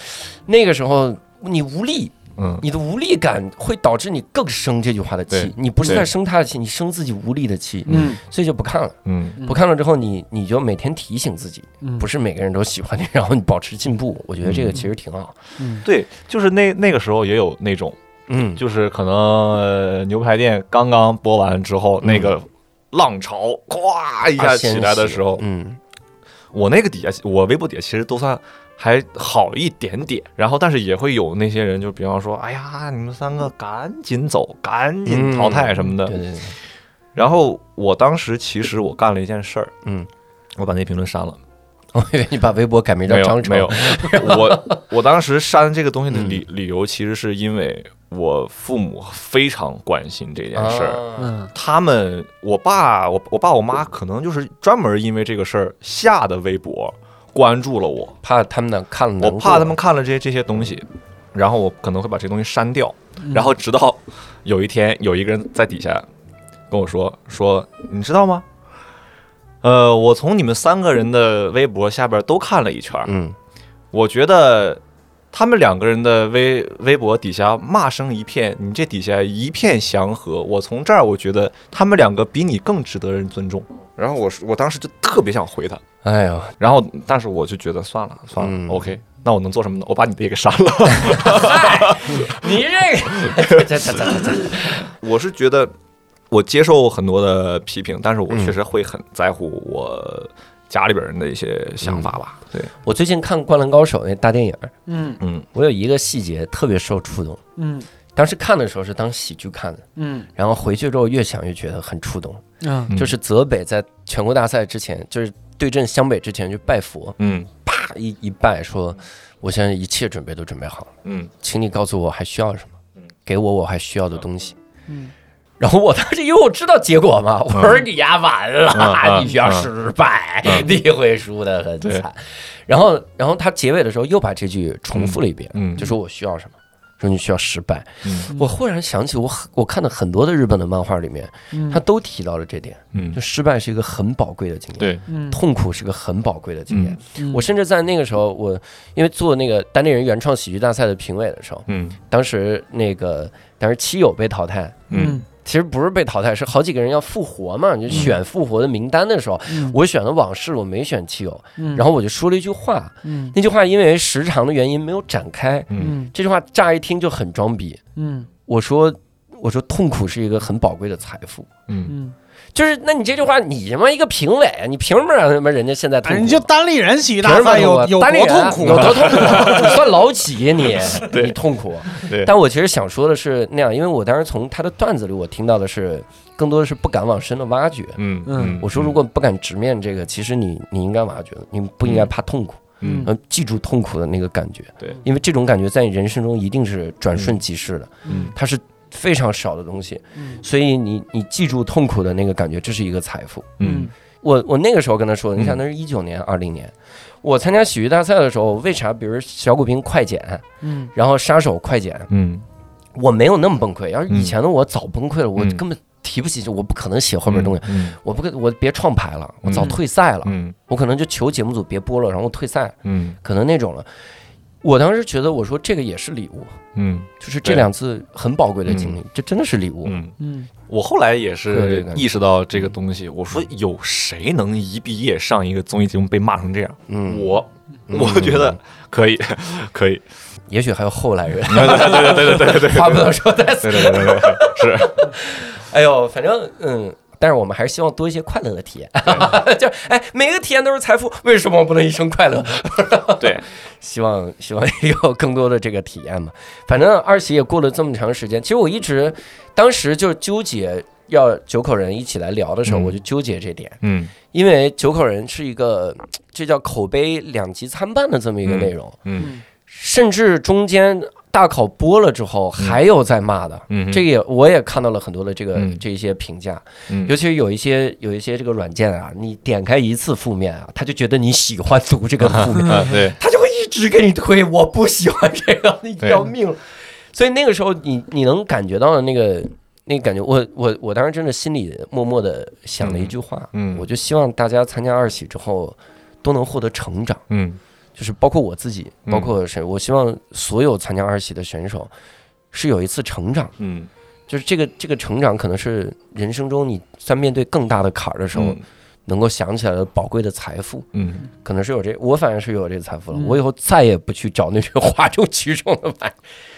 那个时候你无力，
嗯
你的无力感会导致你更生这句话的气
对。
你不是
对
在生他的气，你生自己无力的气，
嗯
所以就不看了。
嗯
不看了之后，你你就每天提醒自己，
嗯，
不
是
是每个人都喜欢你，然后你保持进步。我觉得这个其实挺好。
嗯
对，就是那那个时候也有那种，
嗯，
就是可能、呃、牛排店刚刚播完之后，
嗯
那个浪潮咵一下起来的时候，
啊嗯
我那个底下，我微博底下其实都算还好一点点，然后但是也会有那些人，就比方说，哎呀，你们三个赶紧走，赶紧淘汰什么的。
嗯对对对，
然后我当时其实我干了一件事儿，
嗯，
我把那评论删了，
我以为你把微博改名叫
没有
张嗯成，
没有，我我当时删这个东西的理理由其实是因为我父母非常关心这件
啊
事儿。
嗯
他们，我爸，我我爸我妈可能就是专门因为这个事儿下的微博关注了我，
怕他们能看了难
我
过，
怕他们看了这些这些东西，然后我可能会把这东西删掉，然后直到有一天有一个人在底下跟我说说，你知道吗？呃，我从你们三个人的微博下边都看了一圈儿，
嗯
我觉得他们两个人的微微博底下骂声一片，你这底下一片祥和。我从这儿我觉得他们两个比你更值得人尊重。然后我是我当时就特别想回他，
哎呦，
然后但是我就觉得算了算了、
嗯
o k 那我能做什么呢？我把你的也给删了。
你这个，这这这这这，
我是觉得我接受很多的批评，但是我确实会很在乎我家里边人的一些想法吧。对，
我最近看《灌篮高手》那大电影，
嗯
嗯
我有一个细节特别受触动。
嗯
当时看的时候是当喜剧看的，
嗯
然后回去之后越想越觉得很触动。
嗯
嗯
就是泽北在全国大赛之前，就是对阵湘北之前去拜佛，
嗯
啪一一拜说，我现在一切准备都准备好了，
嗯
请你告诉我还需要什么，给我我还需要的东西。
嗯
然后我当时因为我知道结果嘛，我说你丫完了，
嗯
你要失败， 你会输得很惨。然后，然后他结尾的时候又把这句重复了一遍，
嗯嗯
就说我需要什么，说你需要失败。
嗯
我忽然想起我很我看的很多的日本的漫画里面，他都提到了这点，
嗯
就，失败是一个很宝贵的经验，
对，
嗯
痛苦是个很宝贵的经验。
嗯
我甚至在那个时候，我因为做那个单立人原创喜剧大赛的评委的时候，
嗯
当时那个当时七友被淘汰，
嗯
其实不是被淘汰，是好几个人要复活嘛，就选复活的名单的时候，
嗯
我选了往事，我没选亲友，
嗯
然后我就说了一句话，
嗯
那句话因为时长的原因没有展开，
嗯
嗯
这句话乍一听就很装逼。
嗯
我说，我说痛苦是一个很宝贵的财富，
嗯，
嗯，
就是那你这句话，你他妈一个评委，啊你凭什么让他妈人家现在痛
哎，
苦？
你就单立人喜剧
凭
大
什么
赛有有
单立
多
人
痛
啊
苦
有
啊？
多痛苦？ 你算老几 你？
对
你痛苦。啊
对，
但我其实想说的是那样，因为我当时从他的段子里我听到的是，更多的是不敢往深的挖掘。
嗯
嗯
我说，如果不敢直面这个，其实你你应该挖掘，你不应该怕痛苦，
嗯
嗯，记住痛苦的那个感觉，
对，
因为这种感觉在你人生中一定是转瞬即逝的，
嗯
它是非常少的东西，
嗯
所以你你记住痛苦的那个感觉，这是一个财富。
嗯
我我那个时候跟他说，你想那是一九年、二零年，我参加喜剧大赛的时候，为啥比如小骨兵快剪，
嗯
然后杀手快剪，
嗯
我没有那么崩溃，要是以
嗯
前的我早崩溃了，我
嗯
根本提不起，我不可能写后面东西。
嗯
我不跟我别创牌了，我早
嗯
退赛了，
嗯
我可能就求节目组别播了，然后我退赛，
嗯
可能那种了。我当时觉得，我说这个也是礼物，
嗯
就是这两次很宝贵的经历，这真的是礼物。
嗯，
嗯，
我后来也
对对
是
对
意识到这个东西，我说有谁能一毕业上一个综艺节目被骂成这样？
嗯，
我
嗯
我觉得可以，可 以，
也许还有后来 人，
对对对对对对对
话不能说太死。
对对对对 对，是，
哎呦，反正嗯。但是我们还是希望多一些快乐的体验， 就是哎，每个体验都是财富，为什么不能一生快乐？
对，
希望希望有更多的这个体验嘛。反正二喜也过了这么长时间，其实我一直当时就纠结要九口人一起来聊的时候，
嗯
我就纠结这点，
嗯
因为九口人是一个这叫口碑两极参半的这么一个内容，
嗯
甚至中间大考播了之后还有在骂的。
嗯，
这个也我也看到了很多的这个、
嗯
这一些评价，
嗯
尤其是有一些有一些这个软件啊，你点开一次负面啊，他就觉得你喜欢读这个负 面，
啊对，
他就会一直给你推，我不喜欢这个，你
对
要命了。所以那个时候你，你能感觉到的那个那个感觉，我我我当时真的心里默默的想了一句话，
嗯嗯
我就希望大家参加二喜之后都能获得成长，
嗯
就是包括我自己，
嗯
包括谁，我希望所有参加二喜的选手是有一次成长，
嗯，
就是这个这个成长可能是人生中你在面对更大的坎儿的时候，能够想起来的宝贵的财富。
嗯
可能是有这，我反正是有这财富了。
嗯
我以后再也不去找那些哗众取宠的买。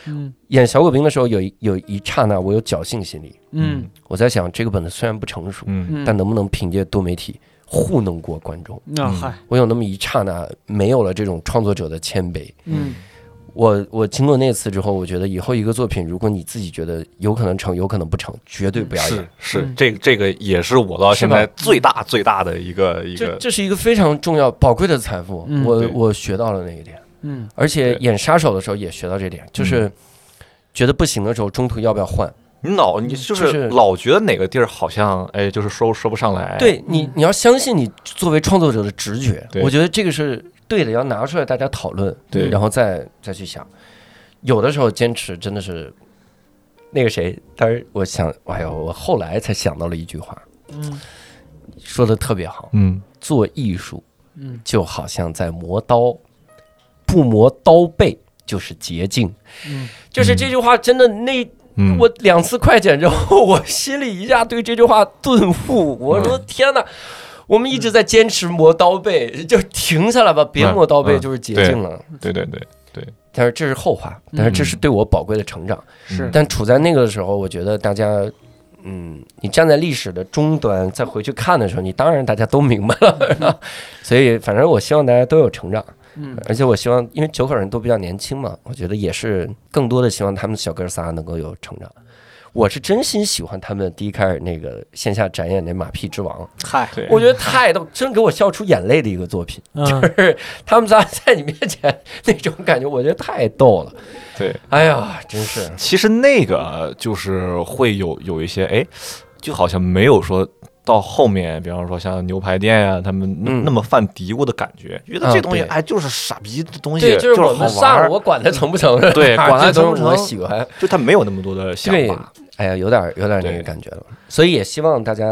嗯
演小狗兵的时候，有一有一刹那，我有侥幸心理，
嗯
我在想，这个本子虽然不成熟，
嗯
嗯，
但能不能凭借多媒体糊弄过观众？
那嗨，
我有那么一刹那，没有了这种创作者的谦卑。
嗯
我我经过那次之后，我觉得以后一个作品，如果你自己觉得有可能成，有可能不成，绝对不要演
是。是，
嗯
这个这个也是我到现在最大最大的一个一
这
个，
这是一个非常重要、宝贵的财富。
嗯
我
对
我学到了那一点。
嗯
而且
对嗯
演杀手的时候也学到这点，就是觉得不行的时候，中途要不要换？
你老你
就
就
是
是老觉得哪个地儿好像哎，就是说说不上来，，
对你，你要相信你作为创作者的直觉，
嗯对
我觉得这个是对的，要拿出来大家讨论，
对
然后再再去想。有的时候坚持真的是，那个谁，当时我想，哎呦，我后来才想到了一句话，
嗯
说的特别好，
嗯
做艺术
嗯，
就好像在磨刀，不磨刀背就是捷径。
嗯
就是这句话真的那
嗯
我两次快剪之后，我心里一下对这句话顿悟。我
嗯
说天哪，我们一直在坚持磨刀背，就停下来吧，别磨刀背
嗯
就是捷径了。
对对对，
但是这是后话，但是这是对我宝贵的成长。
嗯是，
但处在那个的时候，我觉得大家。嗯，你站在历史的终端再回去看的时候，你当然大家都明白 了，所以反正我希望大家都有成长，
嗯
而且我希望因为九口人都比较年轻嘛，我觉得也是更多的希望他们小哥仨能够有成长。我是真心喜欢他们第一开始那个线下展演那《马屁之王》，
嗨，
对
我觉得太逗，真给我笑出眼泪的一个作品。
嗯
他们仨在你面前 那种感觉，我觉得太逗了。
对，
哎呀，真是，
其实那个就是会有有一些哎，就好像没有说。到后面，比方说像牛排店啊呀、他们那
嗯
那么犯嘀咕的感觉，觉得
啊
这东西
对
哎就是傻逼的东西，
对，
就是
我们
好玩
上，
儿，
我管他成不成，是吧
对管他
这
成
都
不
是
成
我喜欢。
就他没有那么多的想
对
法。
哎呀，有点有点那个
对
感觉了。所以也希望大家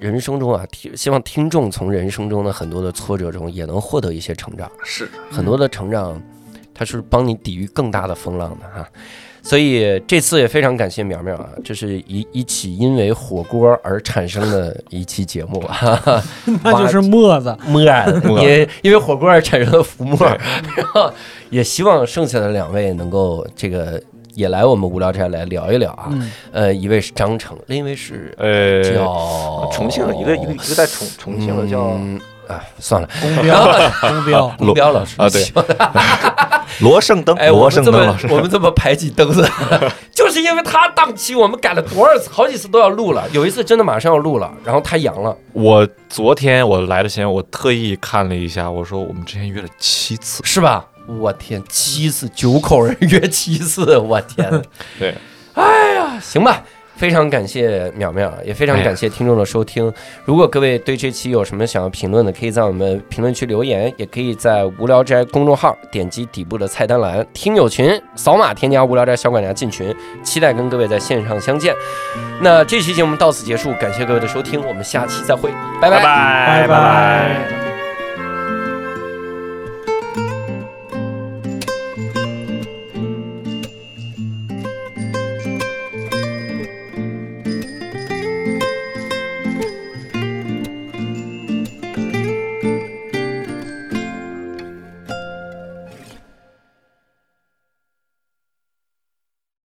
人生中啊，听希望听众从人生中的很多的挫折中也能获得一些成长。
是，
很多的成长，它是帮你抵御更大的风浪的哈、所以这次也非常感谢苗苗啊，这是一一起因为火锅而产生的一期节目啊，
那就是沫子，
默
默
也啊因为火锅而产生的浮沫，然后也希望剩下的两位能够这个也来我们无聊斋来聊一聊啊。
嗯
呃，一位是张成，另一位是
呃，
叫
重庆一个一个一个在重重庆的叫
嗯啊，算了，
公标公标，
龙彪老师
啊对
希望
罗胜灯
哎，，我
罗
们
胜
这
灯
么
老师，
我们这么排挤凳子， 就是因为他档期我们改了多少次，好几次都要录了，有一次真的马上要录了，然后他阳了，
我昨天我来的前，我特意看了一下，我说我们之前约了七次，
是吧？我天，七次九口人约七次，我天，
对，
哎呀，行吧。非常感谢淼淼，也非常
哎呀
感谢听众的收听。如果各位对这期有什么想要评论的，可以在我们评论区留言，也可以在无聊斋公众号点击底部的菜单栏听友群，扫码添加无聊斋小管家进群。期待跟各位在线上相见。那这期节目到此结束，感谢各位的收听，我们下期再会，拜拜
拜
拜
拜。